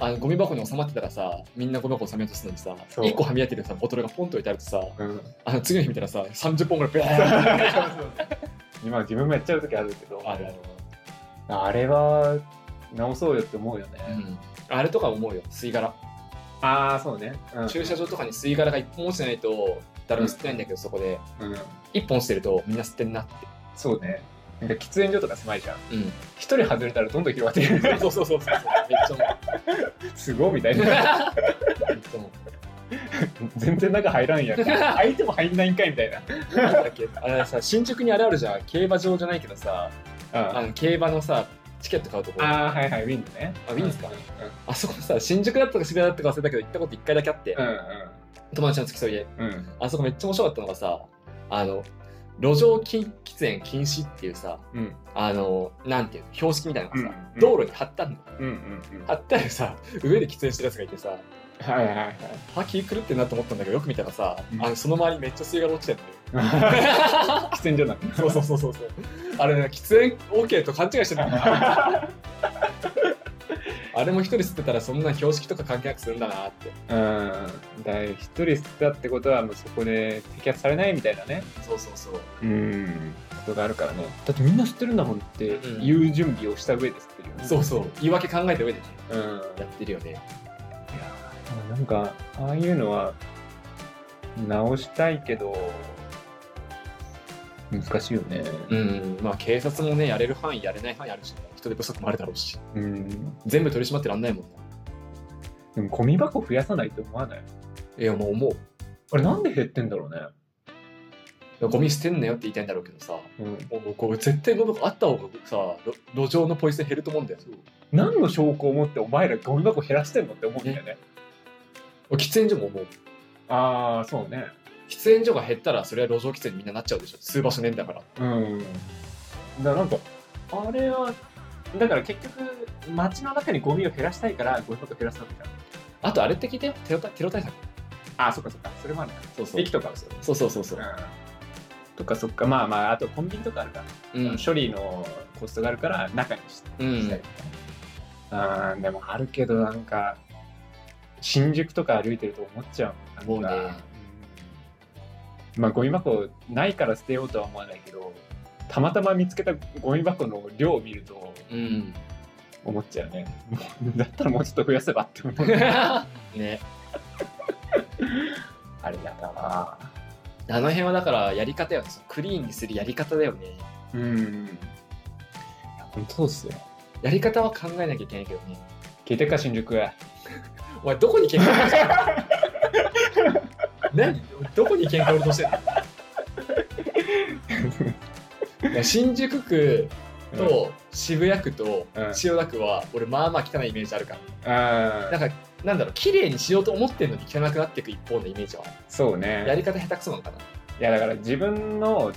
[SPEAKER 2] あのゴミ箱に収まってたらさみんなゴミ箱収めようとするのにさ
[SPEAKER 1] そう
[SPEAKER 2] 1個はみ出てるさボトルがポンと置いてあるとさ
[SPEAKER 1] うん
[SPEAKER 2] あの次の日見たらさ30本ぐらいブワー
[SPEAKER 1] 今自分もやっちゃう時あるけど
[SPEAKER 2] あるある
[SPEAKER 1] あれは直そうよって思うよね、
[SPEAKER 2] うんあれとか思うよ吸い殻
[SPEAKER 1] ああそうね、うん
[SPEAKER 2] 駐車場とかに吸い殻が1本落ちてないと誰も吸ってないんだけどそこで
[SPEAKER 1] うん、
[SPEAKER 2] 1本してるとみんな吸ってんなって
[SPEAKER 1] そうねなんか喫煙所とか狭いじゃん
[SPEAKER 2] うん
[SPEAKER 1] 一人外れたらどんどん広がってくる
[SPEAKER 2] そうそうそうそうそうめっちゃ思 う
[SPEAKER 1] すごいみたいな全然中入らんやん相手も入んないんかいみたいな、
[SPEAKER 2] なんだっけあれさ新宿にあれあるじゃん競馬場じゃないけどさ
[SPEAKER 1] うん
[SPEAKER 2] あの競馬のさチケット買うとこあ
[SPEAKER 1] ああはいはいウィンズね
[SPEAKER 2] あウィンズか
[SPEAKER 1] う
[SPEAKER 2] そこさ新宿だったか渋谷だったか忘れたけど行ったこと1回だけあって、
[SPEAKER 1] んうん
[SPEAKER 2] 友達の付き添いで
[SPEAKER 1] うんうん
[SPEAKER 2] あそこめっちゃ面白かったのがさあの路上禁喫煙禁止っていうさ
[SPEAKER 1] うん
[SPEAKER 2] あのなんていうの標識みたいなのがさ、
[SPEAKER 1] うん
[SPEAKER 2] 道路に貼ったんだ
[SPEAKER 1] うんうんうん
[SPEAKER 2] 貼ってあるさ上で喫煙してるやつがいてさ
[SPEAKER 1] はいはいはい
[SPEAKER 2] 歯気狂ってんなと思ったんだけどよく見たらさ、
[SPEAKER 1] うん
[SPEAKER 2] あのその周りにめっちゃ吸い殻落ちてんだよ
[SPEAKER 1] 喫煙所なの
[SPEAKER 2] そうそうそうそうそう。あれね、喫煙 OK と勘違いしてた んだ。あれも一人吸ってたらそんな標識とか関係なくするんだなって。
[SPEAKER 1] うんだい一人吸ったってことはもうそこで摘発されないみたいなね
[SPEAKER 2] そうそうそう。
[SPEAKER 1] うんことがあるからねだってみんな知ってるんだもんって言う準備をした上で吸ってるよね
[SPEAKER 2] そうそう。言い訳考えた上でね、
[SPEAKER 1] うんいや
[SPEAKER 2] やってるよね。
[SPEAKER 1] なんかああいうのは直したいけど難しいよね
[SPEAKER 2] うん。まあ警察もね、やれる範囲、やれない範囲あるし、人手不足もあるだろうし、
[SPEAKER 1] うん
[SPEAKER 2] 全部取り締まってらんないもんな。
[SPEAKER 1] でもゴミ箱増やさないと思わない
[SPEAKER 2] いや、もう思う。
[SPEAKER 1] あれなんで減ってんだろうね
[SPEAKER 2] ゴミ捨てんなよって言いたいんだろうけどさ、
[SPEAKER 1] うん
[SPEAKER 2] もうこう絶対ゴミ箱あった方がさ、路路上のポイ捨て減ると思うんだよ。
[SPEAKER 1] 何の証拠を持ってお前らゴミ箱減らしてんのって思うんだよね
[SPEAKER 2] 喫煙所ももう、
[SPEAKER 1] ああそうね
[SPEAKER 2] 喫煙所が減ったらそれは路上喫煙にみんななっちゃうでしょ。吸う場所ねえんだから。
[SPEAKER 1] うんだからなんかあれはだから結局街の中にゴミを減らしたいからゴミ箱減らすわけじゃん
[SPEAKER 2] あとあれって聞いてよテロ対テロ対策
[SPEAKER 1] ああそっかそっかそれもあるか
[SPEAKER 2] そうそう
[SPEAKER 1] 駅とかもそう
[SPEAKER 2] そうそうそうそう、
[SPEAKER 1] とかそっかまあまああとコンビニとかあるから、
[SPEAKER 2] うん
[SPEAKER 1] 処理のコストがあるから中にし
[SPEAKER 2] うん
[SPEAKER 1] したりとかねうんでもあるけどなんか新宿とか歩いてると思っちゃうもんなんか
[SPEAKER 2] 思うね
[SPEAKER 1] うんまあゴミ箱ないから捨てようとは思わないけどたまたま見つけたゴミ箱の量を見ると
[SPEAKER 2] うん、
[SPEAKER 1] 思っちゃうね だったらもうちょっと増やせばって思う
[SPEAKER 2] ね
[SPEAKER 1] あれだな
[SPEAKER 2] あの辺はだからやり方よねそのクリーンにするやり方だよね
[SPEAKER 1] うんいや本当そうっすよ
[SPEAKER 2] やり方は考えなきゃいけないけどね
[SPEAKER 1] 聞いてるか新宿へ
[SPEAKER 2] お前どこに喧嘩売ろうとしてんの何どこに喧嘩売ろうとしてんのいや新宿区と渋谷区と
[SPEAKER 1] うん
[SPEAKER 2] 千代田区は俺まあまあ汚いイメージあるから
[SPEAKER 1] あ
[SPEAKER 2] なんかなんだろう綺麗にしようと思ってんのに汚くなっていく一方のイメージは
[SPEAKER 1] そう
[SPEAKER 2] や
[SPEAKER 1] ね
[SPEAKER 2] り方下手くそなのかない
[SPEAKER 1] やだから自分の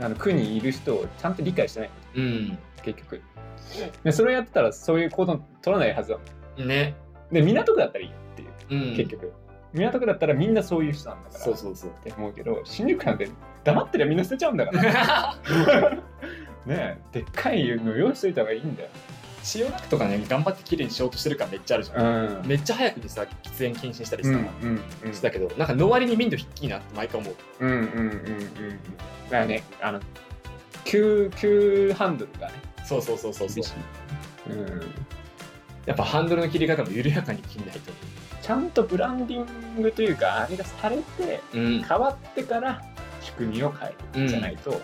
[SPEAKER 1] あの区にいる人をちゃんと理解してない
[SPEAKER 2] うん
[SPEAKER 1] 結局でそれやってたらそういう行動取らないはずだもん
[SPEAKER 2] ね
[SPEAKER 1] で港区だったらいいっていう、
[SPEAKER 2] うん
[SPEAKER 1] 結局港区だったらみんなそういう人なんだから
[SPEAKER 2] そうそうそう
[SPEAKER 1] って思うけど新宿なんて黙ってりゃみんな捨てちゃうんだ からねえでっかいの用意しといた方がいいんだよ
[SPEAKER 2] 千代田区とかね頑張って綺麗にしようとしてる感めっちゃあるじゃん、
[SPEAKER 1] ん
[SPEAKER 2] めっちゃ早くにさ喫煙禁止にしたり
[SPEAKER 1] う
[SPEAKER 2] さ、
[SPEAKER 1] んうんうん
[SPEAKER 2] してたけどなんかの割に民度低いなって毎回思う
[SPEAKER 1] うんうんうんうんうんだからねあの急急ハンドルがね
[SPEAKER 2] そうそうそうそうそう
[SPEAKER 1] 厳しいうん
[SPEAKER 2] やっぱハンドルの切り方も緩やかに切んないと
[SPEAKER 1] ちゃんとブランディングというかあれがされて
[SPEAKER 2] うん
[SPEAKER 1] 変わってから仕組みを変えるじゃないと、うん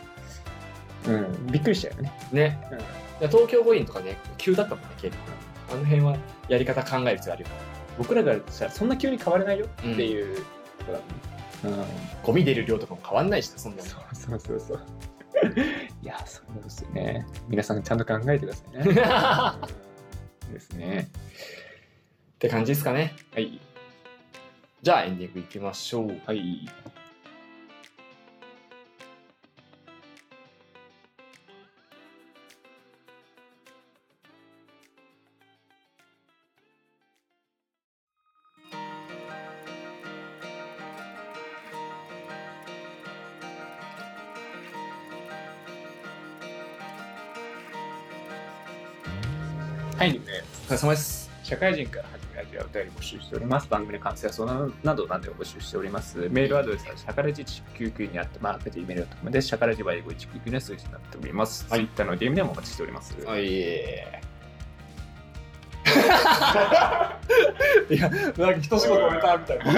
[SPEAKER 1] びっくりしちゃうよね、
[SPEAKER 2] ね
[SPEAKER 1] うん
[SPEAKER 2] いや東京五輪とかね急だったもんね結構あの辺はやり方考える必要あるよ
[SPEAKER 1] 僕らからしたらそんな急に変われないよっていうところだもんね、
[SPEAKER 2] ゴミ出る量とかも変わんないしそん
[SPEAKER 1] う
[SPEAKER 2] なの
[SPEAKER 1] そうそうそうそう いやそうなんですよね皆さんちゃんと考えてくださいね
[SPEAKER 2] っ
[SPEAKER 1] うん ですね
[SPEAKER 2] て感じですかね
[SPEAKER 1] はい
[SPEAKER 2] じゃあエンディングいきましょう
[SPEAKER 1] はいはい、ね、
[SPEAKER 2] お疲れ様です。
[SPEAKER 1] 社会人から始めるラジオはお便り募集しております。番組の感想や相談などなどを募集しております。メールアドレスはシャカラジ199にあってマークでイメールドットコムです。シャカラジは英語199の数字になっております。
[SPEAKER 2] はい
[SPEAKER 1] Twitter の DM でもお待ちしております。
[SPEAKER 2] はい。 いや、なんか一仕事終えたみたいな。
[SPEAKER 1] 終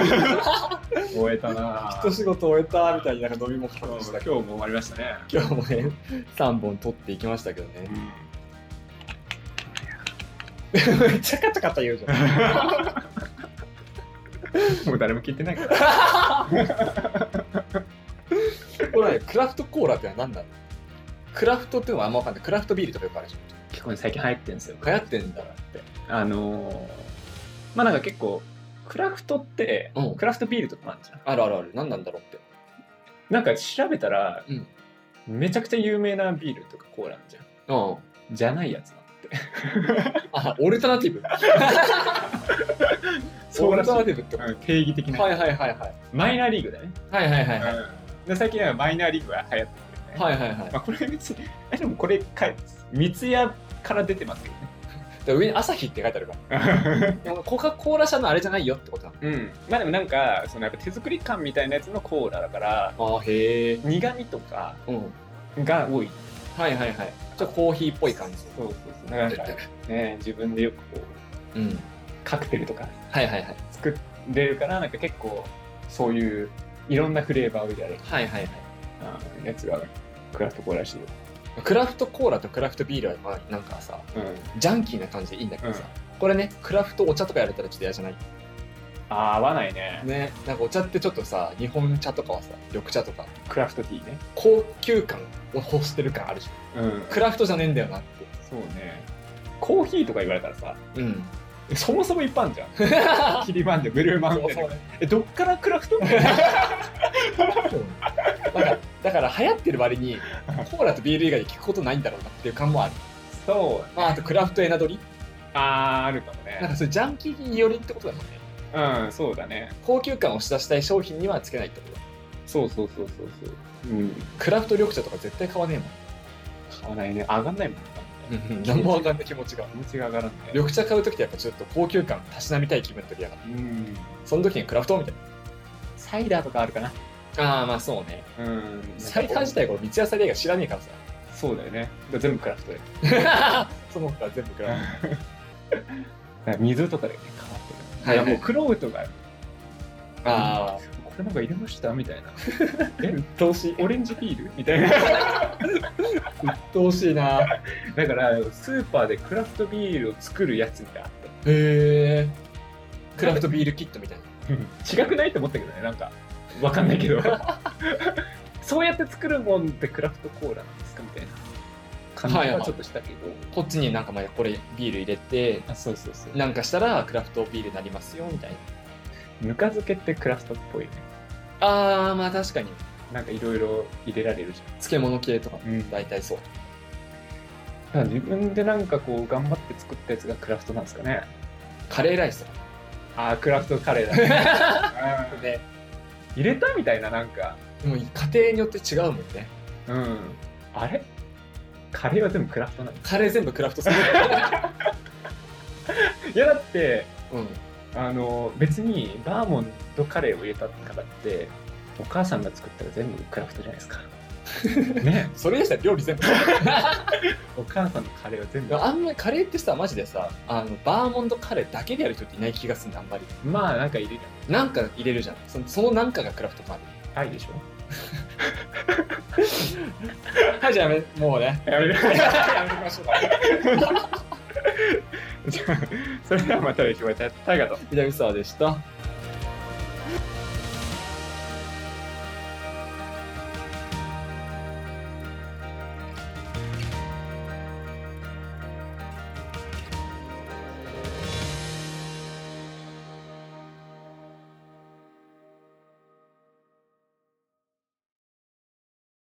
[SPEAKER 1] えたなぁ
[SPEAKER 2] 一仕事終えたみたいになんか飲みも
[SPEAKER 1] 今
[SPEAKER 2] 感じ
[SPEAKER 1] 日
[SPEAKER 2] たけど。
[SPEAKER 1] も終わりましたね。
[SPEAKER 2] 今日もね、3本取っていきましたけどね。 めっちゃカタカタ言うじゃん。
[SPEAKER 1] もう誰も聞いてないから。
[SPEAKER 2] これ、ね、クラフトコーラってのは何なのクラフトっていうのはあんま分かんない。クラフトビールとかよくあるじゃ
[SPEAKER 1] 結構ね最近流行ってるんですよ。
[SPEAKER 2] ん。流行ってんだなって。
[SPEAKER 1] あのー、まあなんか結構、クラフトって、
[SPEAKER 2] うん
[SPEAKER 1] クラフトビールとかもあるじゃん。
[SPEAKER 2] あるあるある。何なんだろうって。
[SPEAKER 1] なんか調べたら、
[SPEAKER 2] うん
[SPEAKER 1] めちゃくちゃ有名なビールとかコーラあるじゃん。
[SPEAKER 2] うん。
[SPEAKER 1] じゃないやつなの。
[SPEAKER 2] あ、オルタナティブ。オルタナティブってこ
[SPEAKER 1] うん定義的
[SPEAKER 2] と
[SPEAKER 1] な。
[SPEAKER 2] はいはいはいはい。
[SPEAKER 1] マイナーリーグだね。
[SPEAKER 2] はいはいはいはい。
[SPEAKER 1] で最近はマイナーリーグが流行ってるよね。
[SPEAKER 2] はいはいはい。
[SPEAKER 1] まあこれ別に、あでもこれか、三ツ矢から出てますけどね。
[SPEAKER 2] で上に「朝日」って書いてあるからでもコカ・コーラ社のあれじゃないよってことな
[SPEAKER 1] うん、まあでもなんかそのやっぱ手作り感みたいなやつのコーラだから
[SPEAKER 2] のあへえ
[SPEAKER 1] 苦味とか
[SPEAKER 2] うん
[SPEAKER 1] が多い
[SPEAKER 2] はいはいはいちょっとコーヒーっぽい感じ
[SPEAKER 1] そうそうそうなんかね自分でよくこう
[SPEAKER 2] うん
[SPEAKER 1] カクテルとか
[SPEAKER 2] はいはいはい
[SPEAKER 1] 作れるからなんか結構そういういろんなフレーバーを入れられる
[SPEAKER 2] はいはいは
[SPEAKER 1] あーやつがクラフトコーラらしいよ、
[SPEAKER 2] いクラフトコーラとクラフトビールはまあなんかさ
[SPEAKER 1] うん、
[SPEAKER 2] ジャンキーな感じでいいんだけどさ、これねクラフトお茶とかやれたらちょっと嫌じゃない
[SPEAKER 1] あー合わないね
[SPEAKER 2] ねなんかお茶ってちょっとさ日本茶とかはさ緑茶とか
[SPEAKER 1] クラフトティーね
[SPEAKER 2] 高級感を欲してる感あるじゃ
[SPEAKER 1] うん
[SPEAKER 2] んクラフトじゃねえんだよなって
[SPEAKER 1] そうねコーヒーとか言われたらさ
[SPEAKER 2] うん
[SPEAKER 1] そもそも一般じゃん
[SPEAKER 2] そう
[SPEAKER 1] キリマンジャブルーマウンテン
[SPEAKER 2] そう
[SPEAKER 1] とかえどっからクラフト
[SPEAKER 2] なんかだから流行ってる割にコーラとビール以外で聞くことないんだろうなっていう感もある、
[SPEAKER 1] そう
[SPEAKER 2] まあ、あとクラフトエナドリ
[SPEAKER 1] あーあるかも
[SPEAKER 2] なん
[SPEAKER 1] ね
[SPEAKER 2] かそれジャンキー寄りってことだもんね
[SPEAKER 1] うんそうだね
[SPEAKER 2] 高級感を押し出したい商品にはつけないってことだ
[SPEAKER 1] そうそうそうそうそううん
[SPEAKER 2] クラフト緑茶とか絶対買わね
[SPEAKER 1] 買わないね上がんないもん
[SPEAKER 2] えもん、何もわかんない気持ちが
[SPEAKER 1] 気持ちが上がらない
[SPEAKER 2] 緑茶買う時ってやっぱちょっと高級感たしなみたい気分の時だから
[SPEAKER 1] うん
[SPEAKER 2] その時にクラフトみたい
[SPEAKER 1] サイダーとかあるかな
[SPEAKER 2] なああまあそうね
[SPEAKER 1] うん
[SPEAKER 2] サイダー自体この三ツ矢サイダー以外知らねえから
[SPEAKER 1] そうだよね全部クラフトで
[SPEAKER 2] さその他は全部クラフ
[SPEAKER 1] 水とかでね変わってる、
[SPEAKER 2] はいはい
[SPEAKER 1] やもうクローとか
[SPEAKER 2] トああ
[SPEAKER 1] これなんか入れましたみたいなえ
[SPEAKER 2] 投資
[SPEAKER 1] オレンジピールみたいな
[SPEAKER 2] 投資な
[SPEAKER 1] だからスーパーでクラフトビールを作るやつがあっ
[SPEAKER 2] へえクラフトビールキットみたいな
[SPEAKER 1] た違 くないと思ったけどねなんかわかんないけど そうやって作るもんってクラフトコーラなんですかみたいな感
[SPEAKER 2] はい
[SPEAKER 1] じ
[SPEAKER 2] は
[SPEAKER 1] はいちょっとしたけど、
[SPEAKER 2] こっちになんかまあこれビール入れて
[SPEAKER 1] あそうそうそう
[SPEAKER 2] なんかしたらクラフトビールになりますよみたいな
[SPEAKER 1] ぬか漬けってクラフトっぽいね
[SPEAKER 2] あーまあ確かに
[SPEAKER 1] なんかいろいろ入れられるじ
[SPEAKER 2] 漬物系とか
[SPEAKER 1] ゃん、だ
[SPEAKER 2] 大体そう
[SPEAKER 1] から自分でなんかこう頑張って作ったやつがクラフトなんですかね
[SPEAKER 2] カレーライスとか
[SPEAKER 1] あークラフトカレーだね うん
[SPEAKER 2] ね
[SPEAKER 1] 入れたみたいななんか
[SPEAKER 2] でも家庭によって違うもんね
[SPEAKER 1] うんあれカレーは全部クラフトなの
[SPEAKER 2] カレー全部クラフトす る
[SPEAKER 1] いやだって
[SPEAKER 2] うん
[SPEAKER 1] あの別にバーモンドカレーを入れたからってお母さんが作ったら全部クラフトじゃないですか ね
[SPEAKER 2] それでしたら料理全部
[SPEAKER 1] お母さんのカレーは全部
[SPEAKER 2] あんまりカレーってさマジでさあのバーモントカレーだけでやる人っていない気がするんだあんまり
[SPEAKER 1] まあなんか入れる
[SPEAKER 2] なんか入れるじゃんそのそのなんかがクラフト感あ
[SPEAKER 1] 愛でしょ
[SPEAKER 2] るはいじゃあやめもうね
[SPEAKER 1] やめる
[SPEAKER 2] やめましょう か
[SPEAKER 1] じゃあそれではまた来週お会いしましょうタイガと
[SPEAKER 2] 南沢でした